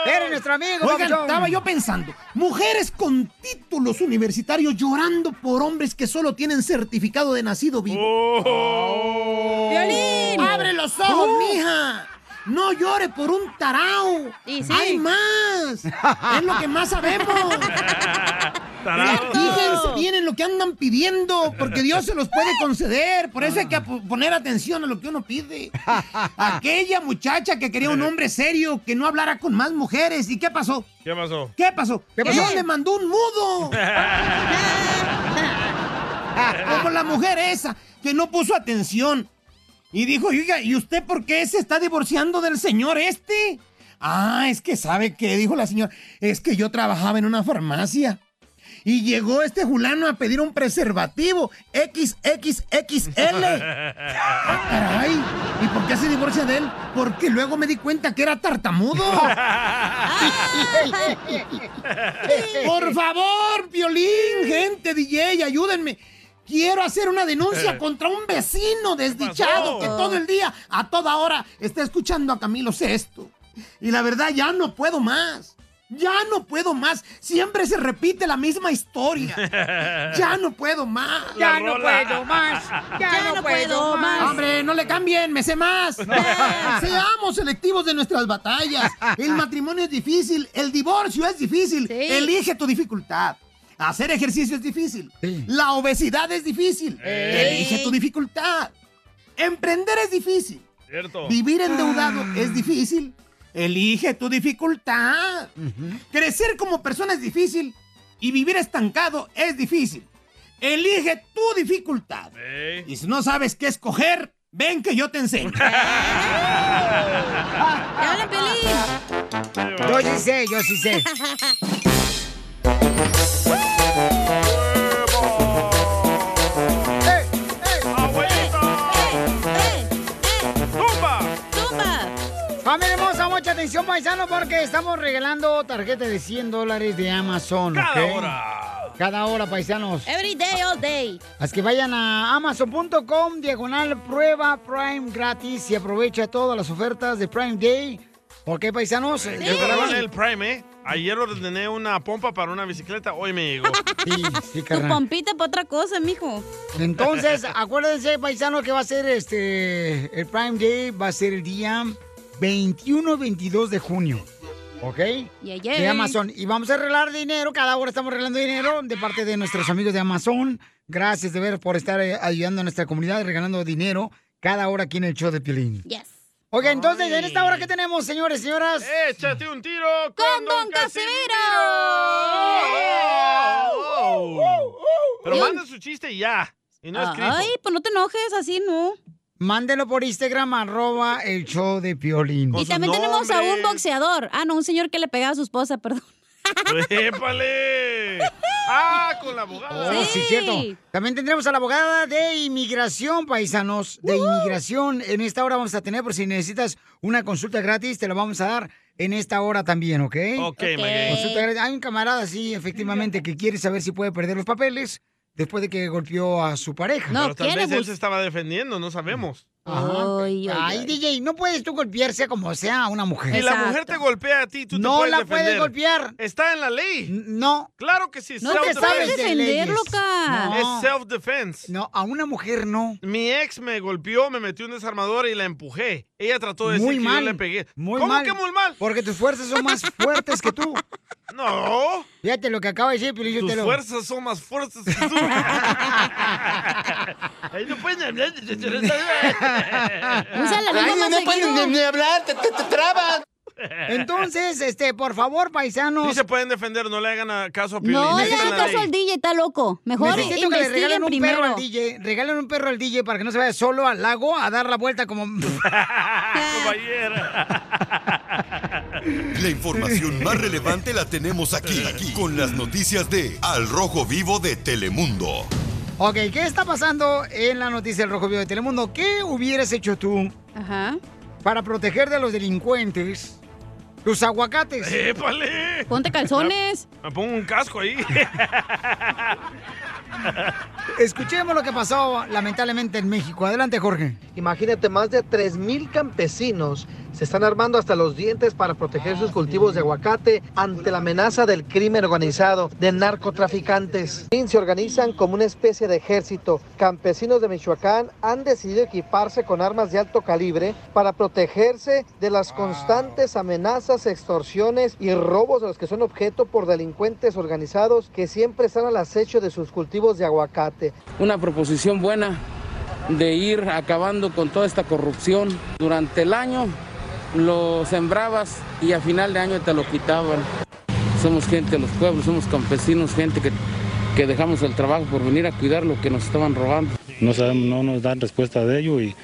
Eres nuestro amigo, Oigan, papuchón. estaba yo pensando, mujeres con títulos universitarios llorando por hombres que solo tienen certificado de nacido vivo. ¡Violín! Oh. ¡Abre los ojos, Oh. mija! ¡No llore por un tarao! ¡Hay más! ¡Es lo que más sabemos! Tarado. Fíjense bien en lo que andan pidiendo, porque Dios se los puede conceder. Por eso hay que apo- poner atención a lo que uno pide. Aquella muchacha que quería un hombre serio, que no hablara con más mujeres. ¿Y qué pasó? ¿Qué pasó? ¿Qué pasó? ¿Qué pasó? Dios le mandó un mudo. Ah, Como la mujer esa que no puso atención. Y dijo, oiga, ¿y usted por qué se está divorciando del señor este? Ah, es que sabe qué, dijo la señora. Es que yo trabajaba en una farmacia. Y llegó este fulano a pedir un preservativo XXXL. Caray, ¿y por qué se divorcia de él? Porque luego me di cuenta que era tartamudo. Por favor, violín, gente, DJ, ayúdenme. Quiero hacer una denuncia contra un vecino desdichado que todo el día, a toda hora, está escuchando a Camilo Sesto. Y la verdad, ya no puedo más. Ya no puedo más. Siempre se repite la misma historia. Ya no puedo más. Ya no puedo más. Ya, no, puedo, más. Hombre, no le cambien, me sé más. Seamos selectivos de nuestras batallas. El matrimonio es difícil, el divorcio es difícil. Elige tu dificultad. Hacer ejercicio es difícil. La obesidad es difícil. Elige tu dificultad. Emprender es difícil. Oh. ¿Cierto? Vivir endeudado Ah. es difícil. Elige tu dificultad. Crecer como persona es difícil y vivir estancado es difícil. Elige tu dificultad. Y si no sabes qué escoger, ven que yo te enseño. Yo sí sé, Eh, yo sí sé. ¡Tumba! ¡Tumba! Familia hermosa, mucha atención, paisano, porque estamos regalando tarjetas de 100 dólares de Amazon. Cada ¿ok? Cada hora, paisanos. Every day, all day. Así que vayan a amazon.com, diagonal prueba Prime gratis y aprovecha todas las ofertas de Prime Day. ¿Ok, paisanos? Yo trabajo en el Prime, ¿eh? Ayer ordené una pompa para una bicicleta, hoy me llegó. Sí, sí, Tu carnal. pompita para otra cosa, mijo. Entonces, acuérdense, paisano, que va a ser este. El Prime Day va a ser el día 21-22 de junio. ¿Ok? Yeah, yeah. De Amazon. Y vamos a arreglar dinero. Cada hora estamos arreglando dinero de parte de nuestros amigos de Amazon. Gracias de ver por estar eh, ayudando a nuestra comunidad, regalando dinero cada hora aquí en el show de Piolín. Yes. Ok, entonces, en esta hora que tenemos, señores y señoras. ¡Échate un tiro con, Don Pero ¡Oh! Y un- manda su chiste ya. Y no escrito. Ay, pues no te enojes, así no. Mándelo por Instagram, arroba el show de Piolín. Y también tenemos a un boxeador. Ah, no, un señor que le pegaba a su esposa, perdón. ¡Épale! ¡Ah, con la abogada! Oh, sí, cierto. También tendremos a la abogada de inmigración, paisanos, de inmigración. En esta hora vamos a tener, por si necesitas una consulta gratis, te la vamos a dar en esta hora también, ¿ok? Ok, my guy. Consulta gratis. Hay un camarada, sí, efectivamente, que quiere saber si puede perder los papeles después de que golpeó a su pareja. Pero tal vez él se estaba defendiendo, no sabemos. Ajá. Ay, DJ, no puedes tú golpearse como sea a una mujer. Si la mujer te golpea a ti, tú te No puedes la puedes defender. golpear. Está en la ley. No. Claro que sí. No te sabes self-defense. defender, loca. No. Es self-defense. No, a una mujer no. Mi ex me golpeó, me metió un desarmador y la empujé. Ella trató de Muy decir mal, que yo le pegué. Muy ¿Cómo mal. que muy mal? Porque tus fuerzas son más fuertes que tú. No. Fíjate lo que acaba de decir, Piolín. Tus Sotelo. fuerzas son más fuertes que tú. Ahí no pueden hablar. la lengua Ay, más no seguido. pueden ni- ni hablar, te, trabas. Entonces, este, por favor, paisanos. Sí se pueden defender, no le hagan a- caso a Piolín. No le está en hagan la caso ley. al DJ, está loco. Mejor Necesito que le regalen investiguen un perro primero. al DJ. Regalen un perro al DJ para que no se vaya solo al lago a dar la vuelta como. La información más relevante la tenemos aquí, aquí, con las noticias de Al Rojo Vivo de Telemundo. ok, ¿qué está pasando en la noticia del Rojo Vivo de Telemundo? ¿Qué hubieras hecho tú para proteger de los delincuentes tus aguacates? ¡Épale! Ponte calzones. Me pongo un casco ahí. Escuchemos lo que pasó lamentablemente en México. Adelante, Jorge. Imagínate, más de 3.000 campesinos se están armando hasta los dientes para proteger Ah, sus cultivos de aguacate ante la amenaza del crimen organizado, de narcotraficantes. Se organizan como una especie de ejército. Campesinos de Michoacán han decidido equiparse con armas de alto calibre para protegerse de las constantes amenazas, extorsiones y robos de los que son objeto por delincuentes organizados que siempre están al acecho de sus cultivos de aguacate. una proposición buena de ir acabando con toda esta corrupción. Durante el año lo sembrabas y a final de año te lo quitaban. Somos gente de los pueblos, somos campesinos, gente que, que dejamos el trabajo por venir a cuidar lo que nos estaban robando. No sabemos, no nos dan respuesta de ello y,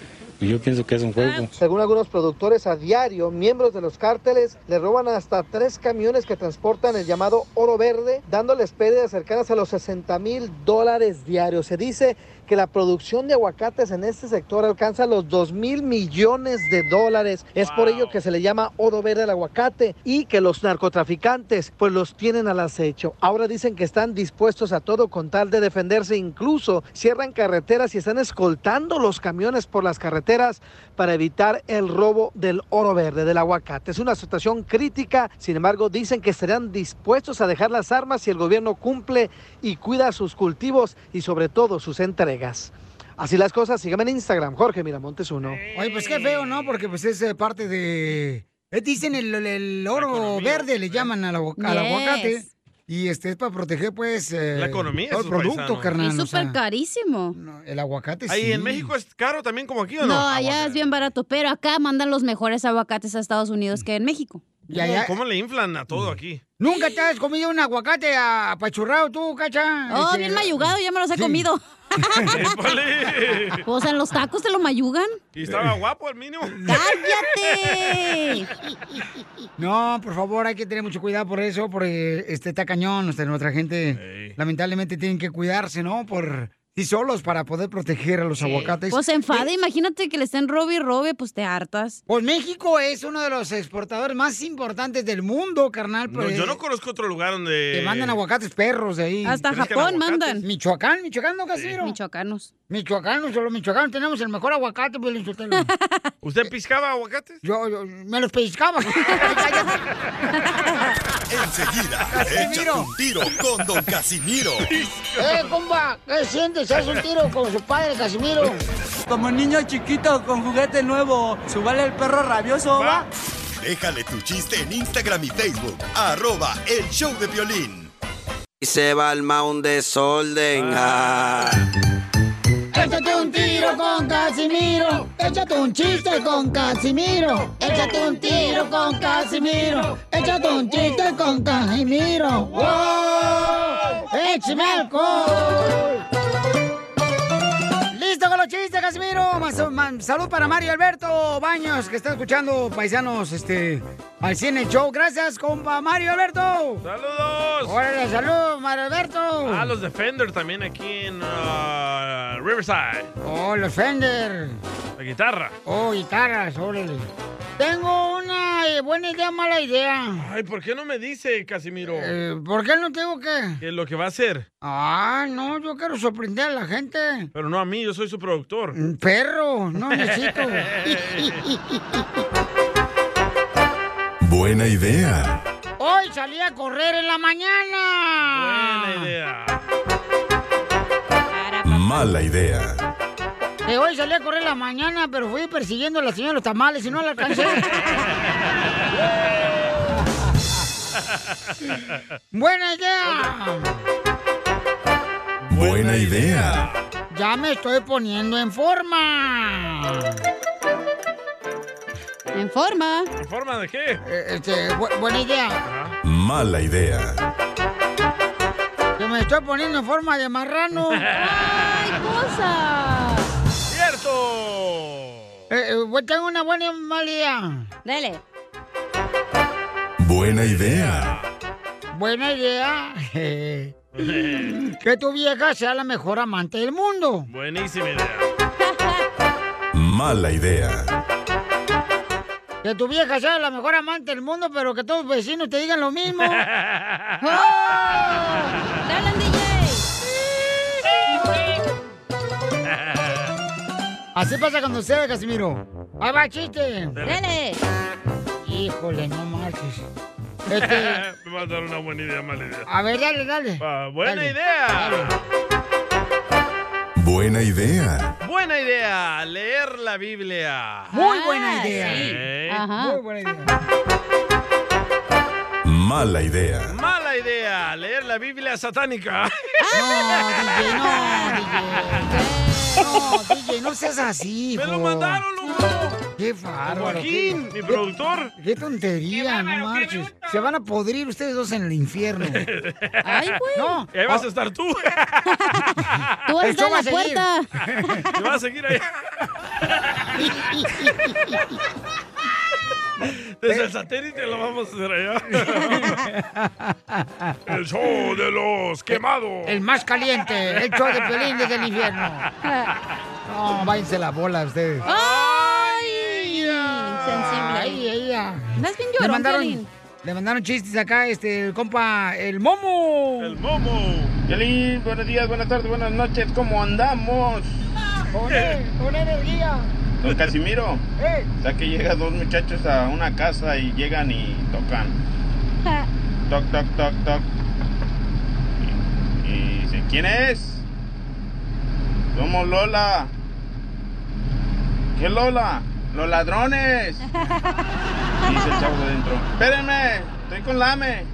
y yo pienso que es un juego. Según algunos productores, a diario, miembros de los cárteles le roban hasta tres camiones que transportan el llamado oro verde, dándoles pérdidas cercanas a los 60 mil dólares diarios. Se dice que la producción de aguacates en este sector alcanza los 2 mil millones de dólares. Es por ello que se le llama oro verde al aguacate y que los narcotraficantes pues los tienen al acecho. Ahora dicen que están dispuestos a todo con tal de defenderse. Incluso cierran carreteras y están escoltando los camiones por las carreteras para evitar el robo del oro verde, del aguacate. Es una situación crítica. Sin embargo, dicen que estarán dispuestos a dejar las armas si el gobierno cumple y cuida sus cultivos y sobre todo sus entregas. Así las cosas, síganme en Instagram, Jorge Miramontes uno. Oye, pues qué feo, ¿no? Porque pues es eh, parte de... eh, Dicen el, el oro verde, ¿eh? le llaman al, agu- al Yes. aguacate. Y este es para proteger, pues... eh, La economía de Todo el sus producto, paisanos. carnal. Es o sea, súper carísimo. el aguacate Ahí sí. en México es caro también como aquí, ¿o No, no? Ah, allá es bien barato, pero acá mandan los mejores aguacates a Estados Unidos que en México. ¿Cómo, cómo le inflan a todo aquí? ¿Nunca te has comido un aguacate apachurrado tú, cacha? Oh, Este, bien mayugado, ya me los he sí. comido. ¡Épale! O sea, en los tacos te lo mayugan. Y estaba Eh, guapo el mínimo. ¡Cállate! No, por favor, hay que tener mucho cuidado por eso, porque este está cañón. o sea, nuestra gente, lamentablemente, tienen que cuidarse, ¿no? Por sí solos para poder proteger a los aguacates. Pues se enfada, Eh, imagínate que le estén robe y robe, pues te hartas. Pues México es uno de los exportadores más importantes del mundo, carnal. No, pues, yo no conozco otro lugar donde... Te mandan aguacates perros de ahí. Hasta ¿Pescan Japón aguacates? mandan. Michoacán, Michoacán, ¿no, Casero? Michoacanos. Michoacanos, solo michoacanos. Tenemos el mejor aguacate, pues, ¿Usted piscaba aguacates? Yo, yo me los pellizcaba. Enseguida, échate un tiro con Don Casimiro. ¡Eh, compa! ¿Qué sientes? ¿Haz un tiro con su padre, Casimiro? Como niño chiquito con juguete nuevo, subale el perro rabioso, va. Déjale tu chiste en Instagram y Facebook, arroba el show de violín. Y se va al mound desorden. Échate un tiro con Casimiro. Échate un chiste con Casimiro. Échate un tiro con Casimiro. Échate un chiste con Casimiro. ¡Wow! ¡Échame alcohol! ¡Listo con los chistes, Casimiro! Mas- ma- Salud para Mario Alberto Baños, que está escuchando, paisanos, este, al cine show. Gracias, compa Mario Alberto. ¡Saludos! Órale, salud, Mario Alberto. Ah, los Defender también aquí en ah, Riverside. Oh, los Fender. La guitarra. Oh, guitarras, órale. Tengo una eh, buena idea, mala idea. Ay, ¿por qué no me dice, Casimiro? Eh, ¿Por qué no tengo que? Que lo que va a hacer. Ah, no, yo quiero sorprender a la gente. Mm, Pero no a mí, yo soy su productor. Perro, no necesito. Buena idea. Hoy salí a correr en la mañana. Buena idea. Mala idea. Eh, hoy salí a correr en la mañana, pero fui persiguiendo a la señora de los tamales y no la alcancé. buena idea. Buena idea. Ya me estoy poniendo en forma. ¿En forma? ¿En forma de qué? este, bu- buena idea. Mala idea. Que me estoy poniendo en forma de marrano. ¡Ay, cosa! ¡Cierto! Eh, pues tengo una buena y mala idea. Dale. Buena idea. Buena idea. Que tu vieja sea la mejor amante del mundo. Buenísima idea. Mala idea. Que tu vieja sea la mejor amante del mundo, pero que todos los vecinos te digan lo mismo. ¡Ah! ¡Dale, Así pasa cuando usted, Casimiro. Ahí va, chiste. Dale. Híjole, no marches. Este, Me va a dar una buena idea, mala idea. a ver, dale, dale. Ah, buena Dale. idea. Buena idea. Buena idea. Leer la Biblia. Muy buena idea. ¿Eh? Muy buena idea. Mala idea. Mala idea. Leer la Biblia Ah, satánica. No, DJ, no, DJ. No, DJ, no seas así, ¡Me lo mandaron, loco! ¡Qué bárbaro! Joaquín, qué- mi productor. ¡Qué tontería, no marches! Se van a podrir ustedes dos en el infierno. Ay, güey. No. Y ahí vas a estar tú. Tú vas a estar en la puerta. Te vas a seguir ahí. Desde el satélite lo vamos a hacer allá. el show de los quemados. El más caliente, el show de Piolín desde el infierno. No, váyanse la bola ustedes. ¡Ay! Sensible. Ay, ella. Andas bien Le llorón, mandaron, Piolín. le mandaron chistes acá, este, el compa, el Momo. El Momo. Piolín, buenos días, buenas tardes, buenas noches, ¿cómo andamos? Con, con energía. Don Casimiro, ¡Eh! o sea que llegan dos muchachos a una casa y llegan y tocan. Toc, toc, toc, toc. Y, y dice, ¿quién es? Somos Lola. ¿Qué Lola? Los ladrones. Y dice el chavo de adentro, espérenme, estoy con Lame.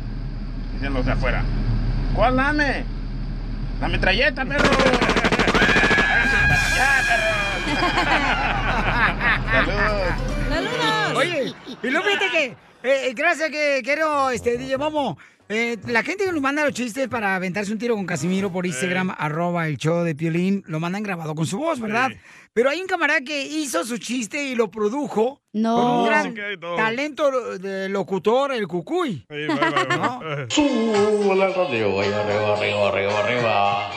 Dicen los de afuera. ¿Cuál Lame? La metralleta, perro. ¡Saludos! Oye, y luego fíjate que, eh, eh, gracias que quiero, este, DJ Momo. eh, la gente que nos manda los chistes para aventarse un tiro con Casimiro por Instagram, arroba el show de Piolín, lo mandan grabado con su voz, ¿verdad? Pero hay un camarada que hizo su chiste y lo produjo. No. Con un No, gran sí que hay todo. talento de locutor, el cucuy. ¿No? Súbala al radio, vaya arriba, arriba, arriba, arriba.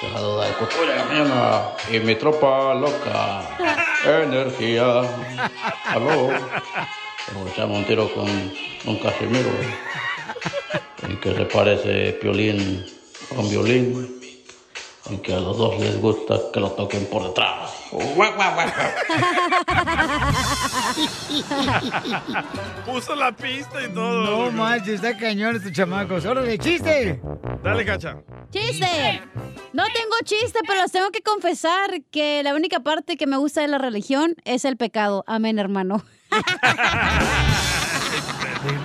Dejado de cultura mañana y mi tropa loca. Energía. Aló. Nos echamos un tiro con Don Casimiro. ¿En qué se parece Piolín con Violín? En que a los dos les gusta que lo toquen por detrás. Guau, guau, guau, guau. Puso la pista y todo. No loco. manches, está cañón estos chamacos. ¡Órale, chiste! Dale, cacha. ¡Chiste! No tengo chiste, pero les tengo que confesar que la única parte que me gusta de la religión es el pecado. Amén, hermano.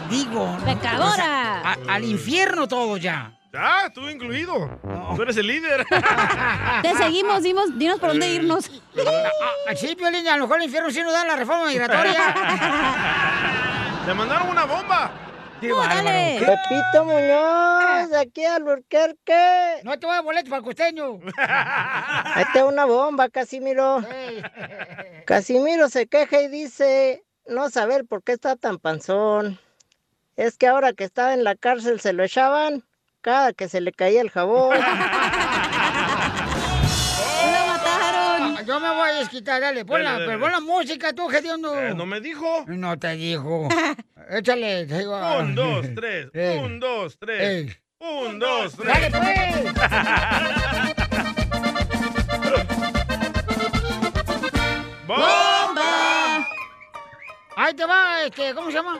Digo. ¡Pecadora! O sea, a- al infierno todo ya. Ya, tú Ah, incluido. Tú eres el líder. Te seguimos, dimos, dinos por dónde irnos. Sí, Piolín, a lo mejor el infierno sí nos dan la reforma migratoria. ¡Le mandaron una bomba! ¡Qué bárbaro! ¿Qué? Pepito Muñoz, aquí a qué? No te voy a boleto para el costeño. Ahí te va una bomba, Casimiro. Casimiro se queja y dice no saber por qué está tan panzón. Es que ahora que estaba en la cárcel se lo echaban cada que se le caía el jabón. ¡Lo mataron! ¡Oh! Ah, Yo me voy a desquitar, dale. Pon la, Dale, dale. pero pon la música, tú, hediondo. Eh, no me dijo. No te dijo. Échale. te digo, ah. Un, dos, tres. Ey. Un, dos, Ey. tres. Un, dos, Dale, tres. Ah, pues. ¡Bomba! Ahí te va, este, ¿cómo se llama?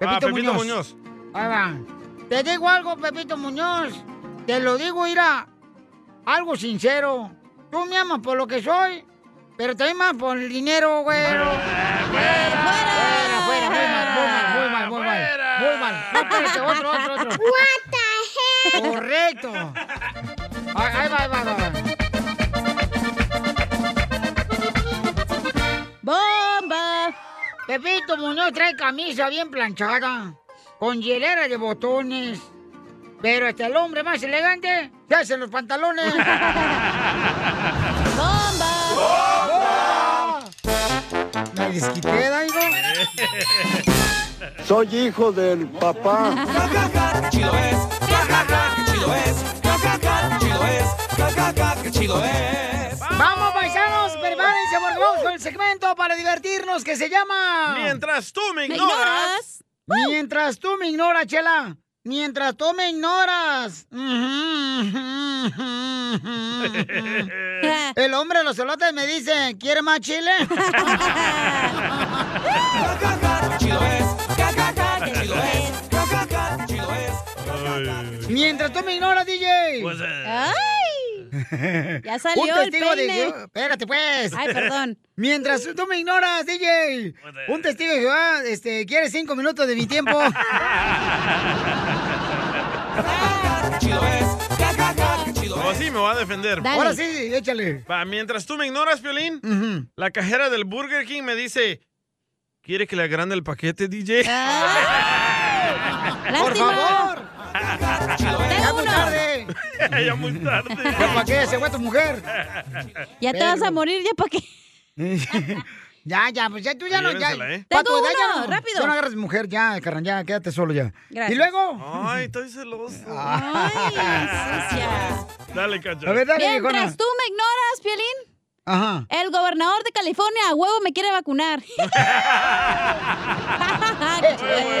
Ah, Pepito Muñoz. Ahí va. Te digo algo, Pepito Muñoz. Te lo digo, mira, algo sincero. Tú me amas por lo que soy, pero te amas por el dinero, güey. ¡Fuera! ¡Fuera, fuera! Muy mal, muy mal, muy mal. Muy mal. No, espérate, otro, otro, otro. What the heck? Correcto. Ahí, ahí va, ahí va, ahí va. ¡Bomba! Pepito Muñoz trae camisa bien planchada, con hielera de botones. Pero hasta el hombre más elegante se hace los pantalones. ¡Bomba! Me desquité, Daigo. Soy hijo del papá. chido es, chido es, chido es, chido es. ¡Vamos, paisanos! ¡Prepárense, por favor, con el segmento para divertirnos que se llama... Mientras tú me ¿Me ignoras. Mientras tú me ignoras, Chela. Mientras tú me ignoras. Mm. El hombre de los elotes me dice, ¿quiere más chile? Chido es, chido es, chido es. Mientras tú me ignoras, DJ. Pues, eh. ¡Ay! Ya salió Un testigo el peine. de Jehová- Espérate, pues. Ay, perdón. Mientras tú me ignoras, DJ. Un testigo de Jehová, este, quiere cinco minutos de mi tiempo. Ah. Chido es. Chido Ahora sí me va a defender. Dale. Ahora sí, échale. Va, mientras tú me ignoras, Piolín, la cajera del Burger King me dice... ¿Quiere que le agrande el paquete, DJ? Ah. ¡Por favor! ¡Ya muy tarde! ya muy tarde. ¿Ya para qué? ¿Se fue tu mujer? Ya te vas a morir, ya para qué. Ya, ya, pues ya tú ya no. Ya, Llévensela, ¿eh? pa' tu Tengo edad ya uno, no- rápido. Ya no agarres mujer, ya, carnal, ya, quédate solo ya. Y luego. Ah. Ay, estoy celoso. Dale, cacha. A ver, dale, Mientras tú me ignoras, Piolín, Ajá. el gobernador de California a huevo me quiere vacunar.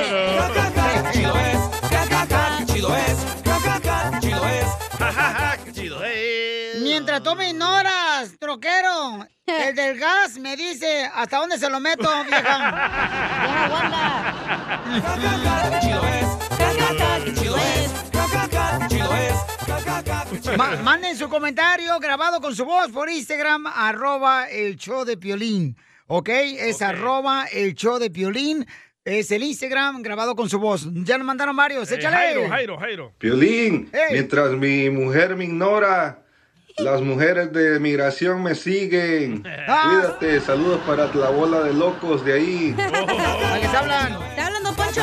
Chido es, ja, ja, ja, chido es, ja, ja, ja, chido es, ja, ja, ja, chido es. Mientras tú me ignoras, troquero, el del gas me dice hasta dónde se lo meto, vieja. Ma- manden su comentario grabado con su voz por Instagram, arroba el show de Piolín. ¿Ok? Es arroba el show de Piolín. Es el Instagram grabado con su voz. Ya nos mandaron varios. Eh, Échale. Jairo, Jairo, Jairo. Piolín, Ey. mientras mi mujer me ignora, las mujeres de migración me siguen. Cuídate, saludos para la bola de locos de ahí. ¿A qué se hablan? Te hablan, don Poncho.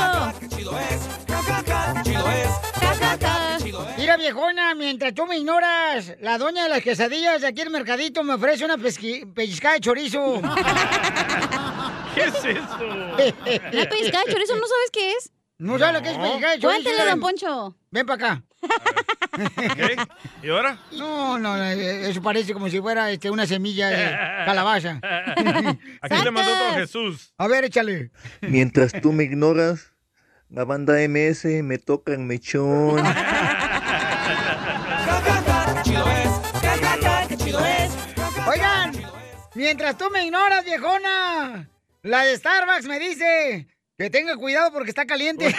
Mira, viejona, mientras tú me ignoras, la doña de las quesadillas de aquí del mercadito me ofrece una pesqui- pellizcada de chorizo. ¿Qué es eso? ¿La pellizcada de chorizo no sabes qué es? No sabes lo que es pellizcada de chorizo. Cuéntale, don Poncho. Ven para acá. ¿Y ahora? No, no, eh, eso parece como si fuera este, una semilla de calabaza. Aquí le mandó otro Jesús. A ver, échale. Mientras tú me ignoras, la banda MS me toca en mechón. Oigan, mientras tú me ignoras, viejona, la de Starbucks me dice que tenga cuidado porque está caliente. Sí,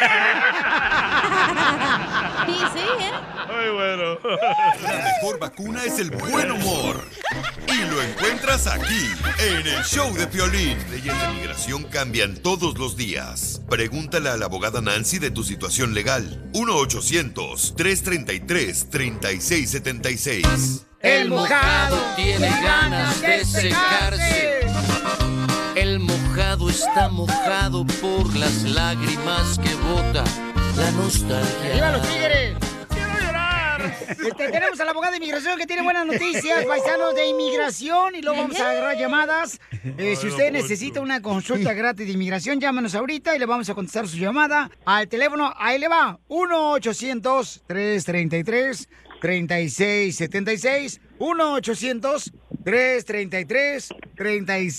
sí, ¿eh? Ay, bueno. La mejor vacuna es el buen humor. Y lo encuentras aquí, en el show de Piolín. Leyes de migración cambian todos los días. Pregúntale a la abogada Nancy de tu situación legal. 1-800-333-3676. El mojado tiene ganas de secarse. El mojado está mojado por las lágrimas que bota la nostalgia. ¡Viva los tigres! Este, tenemos a la abogada de inmigración que tiene buenas noticias, paisanos de inmigración, y luego vamos a agarrar llamadas. Eh, si usted necesita una consulta gratis de inmigración, llámanos ahorita y le vamos a contestar su llamada al teléfono. Ahí le va, 1-800-333-3676.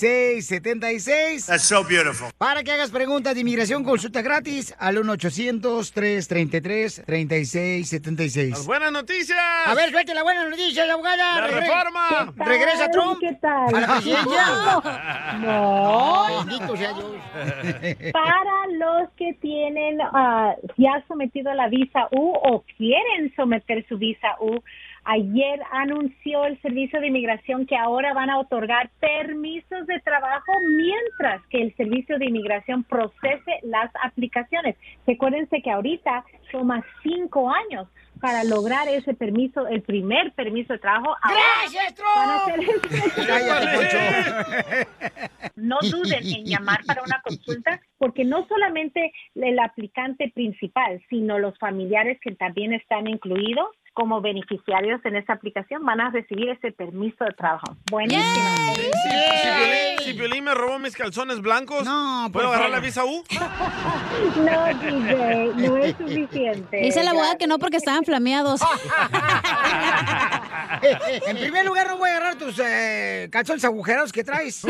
1-800-333-3676. That's so beautiful. Para que hagas preguntas de inmigración, consulta gratis al 1-800-333-3676. Las buenas noticias. A ver, suelte la buena noticia, la abogada. La Regre- reforma. Regresa Trump. ¿Qué tal? ¿A la presidencia? No. Bendito sea Dios. Para los que tienen ah, ya sometido la visa U o quieren someter su visa U, ayer anunció el Servicio de Inmigración que ahora van a otorgar permisos de trabajo mientras que el Servicio de Inmigración procese las aplicaciones. Recuérdense que ahorita toma cinco años para lograr ese permiso, el primer permiso de trabajo. Ahora ¡Gracias, Trump! van a hacer- Cállate, Poncho. no duden en llamar para una consulta, porque no solamente el aplicante principal, sino los familiares que también están incluidos como beneficiarios en esta aplicación van a recibir ese permiso de trabajo. Buenísimo. Si, si Piolín, si Piolín me robó mis calzones blancos, por ¿puedo agarrar la favor. visa U? No, DJ, no es suficiente. Dice la abogada que no porque estaban flameados. en primer lugar, no voy a agarrar tus eh, calzones agujerados que traes.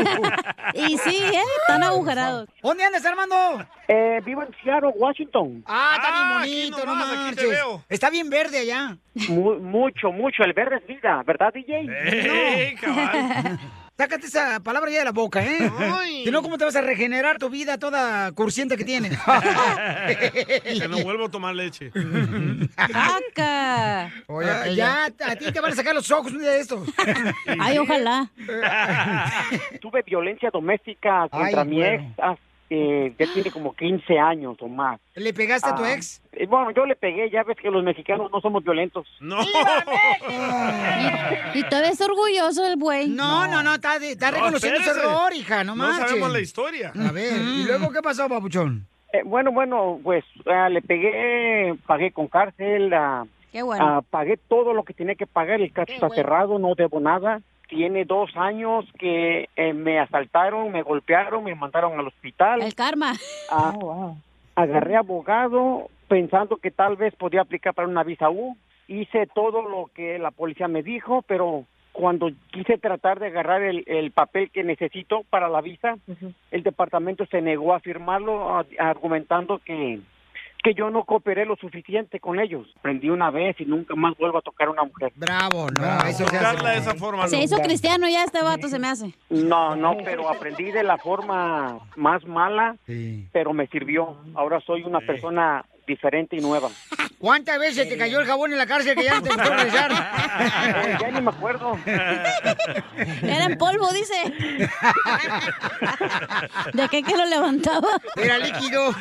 y sí, ¿eh? Están agujerados. ¿Dónde andas, Armando? Eh, vivo en Seattle, Washington. Ah, está Ah, bien bonito, aquí no nomás, aquí te marches. veo. Está bien verde allá. Mu- mucho, mucho. El verde es vida, ¿verdad, DJ? No. Sácate esa palabra ya de la boca, ¿eh? Si no, ¿cómo te vas a regenerar tu vida toda cursiente que tienes? que no vuelvo a tomar leche. ¡Saca! Oye, Ah, ya, a ti te van a sacar los ojos un día de estos. Ay, ojalá. Tuve violencia doméstica contra Ay, mi bueno. ex hace- eh, ya tiene como 15 años o más. ¿Le pegaste a tu Ah, ex? eh, Bueno, yo le pegué, ya ves que los mexicanos no somos violentos. No. Y todavía está orgulloso el güey. No, no, no, está, de- está No, reconociendo su espérese. error, hija, no No marches. sabemos la historia. A ver, ¿y luego qué pasó, papuchón? Eh, bueno, bueno, pues ah, le pegué, pagué con cárcel, ah, Qué bueno. ah, pagué todo lo que tenía que pagar, el caso está cerrado, no debo nada. tiene dos años que eh, me asaltaron, me golpearon, me mandaron al hospital. El karma. Ah, Oh, agarré abogado pensando que tal vez podía aplicar para una visa U. Hice todo lo que la policía me dijo, pero cuando quise tratar de agarrar el, el papel que necesito para la visa, el departamento se negó a firmarlo a- argumentando que que yo no cooperé lo suficiente con ellos. Prendí una vez y nunca más vuelvo a tocar a una mujer. Bravo, no, eso Tocarla de esa forma. Se no. hizo cristiano ya este vato, se me hace. No, no, pero aprendí de la forma más mala, pero me sirvió. Ahora soy una persona diferente y nueva. ¿Cuántas eh. veces te cayó el jabón en la cárcel que ya no te puedo regresar? ya ni me acuerdo. Era en polvo, dice. ¿De qué que lo levantaba? Era líquido.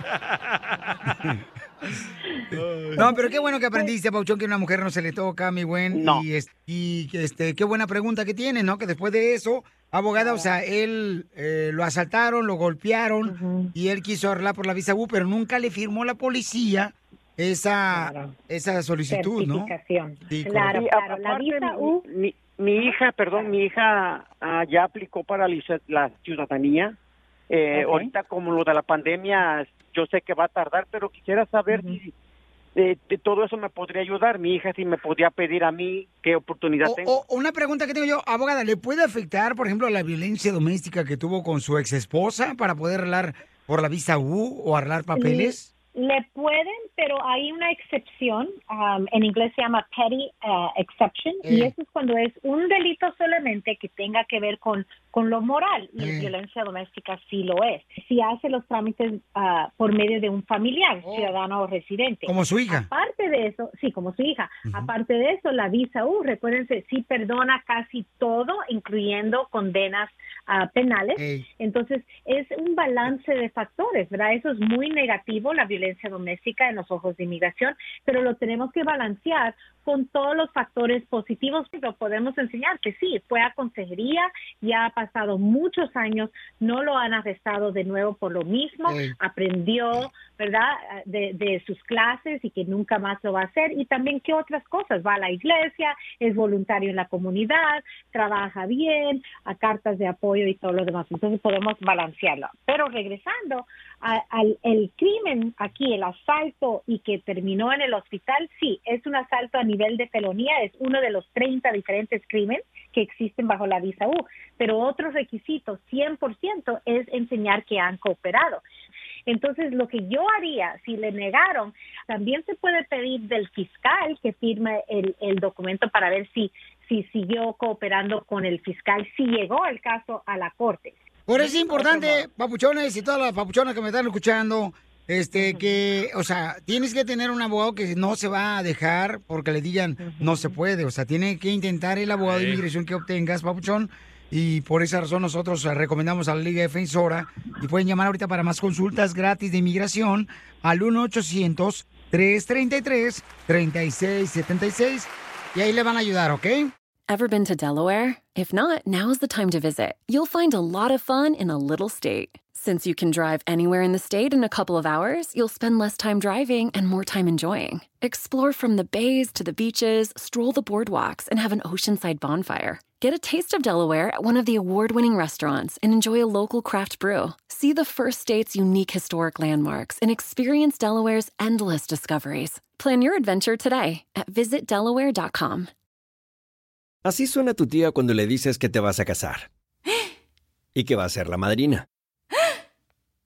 No, pero qué bueno que aprendiste, Pauchón, que una mujer no se le toca, mi buen. No. Y, es- y, este, qué buena pregunta que tiene, ¿no? Que después de eso, abogada, o sea, él eh, lo asaltaron, lo golpearon y él quiso arreglar por la visa U, pero nunca le firmó la policía esa, esa solicitud, ¿no? Certificación. Sí, Claro, correcto. claro. La visa U. Mi, mi hija, perdón, mi hija ah, ya aplicó para la ciu- la ciudadanía. Eh, Ok. Ahorita, como lo de la pandemia, yo sé que va a tardar, pero quisiera saber si eh, de todo eso me podría ayudar. Mi hija, si me podría pedir a mí qué oportunidad O- tengo. o una pregunta que tengo yo, abogada, ¿le puede afectar, por ejemplo, la violencia doméstica que tuvo con su ex esposa para poder arreglar por la visa U o arreglar papeles? Mm, Le pueden, pero hay una excepción, um, en inglés se llama petty uh, exception, y Eh. eso es cuando es un delito solamente que tenga que ver con, con lo moral, y Eh. violencia doméstica sí lo es, si hace los trámites ah, por medio de un familiar, ciudadano o residente. Oh. Como su hija. Aparte de eso, sí, como su hija, aparte de eso, la visa U, recuérdense, sí perdona casi todo, incluyendo condenas ah, penales. Ey. Entonces, es un balance de factores, ¿verdad? Eso es muy negativo, la violencia doméstica en los ojos de inmigración, pero lo tenemos que balancear con todos los factores positivos. Lo podemos enseñar que sí, fue a consejería, ya ha pasado muchos años, no lo han arrestado de nuevo por lo mismo, Ey. aprendió, ¿verdad?, Ah, de, de sus clases y que nunca más lo va a hacer. Y también, ¿qué otras cosas? Va a la iglesia, es voluntario en la comunidad, trabaja bien, a cartas de apoyo y todo lo demás. Entonces podemos balancearlo. Pero regresando a- al el crimen aquí, el asalto y que terminó en el hospital, sí, es un asalto a nivel de felonía, es uno de los 30 diferentes crímenes que existen bajo la visa U. Pero otro requisito, 100%, es enseñar que han cooperado. Entonces, lo que yo haría, si le negaron, también se puede pedir del fiscal que firme el, el documento para ver si, si siguió cooperando con el fiscal, si llegó el caso a la corte. Por eso es importante, papuchones y todas las papuchonas que me están escuchando, este, que, o sea, tienes que tener un abogado que no se va a dejar porque le digan no se puede, o sea, tiene que intentar el abogado de Sí. inmigración que obtengas, papuchón, y por esa razón nosotros eh, recomendamos a la Liga Defensora y pueden llamar ahorita para más consultas gratis de inmigración al 1-800-333-3676 y ahí le van a ayudar, ¿ok? Ever been to Delaware? If not, now's the time to visit. You'll find a lot of fun in a little state. Since you can drive anywhere in the state in a couple of hours, you'll spend less time driving and more time enjoying. Explore from the bays to the beaches, stroll the boardwalks, and have an oceanside bonfire. Get a taste of Delaware at one of the award winning restaurants and enjoy a local craft brew. See the first state's unique historic landmarks and experience Delaware's endless discoveries. Plan your adventure today at visitdelaware.com. Así suena tu tía cuando le dices que te vas a casar. Y que va a ser la madrina.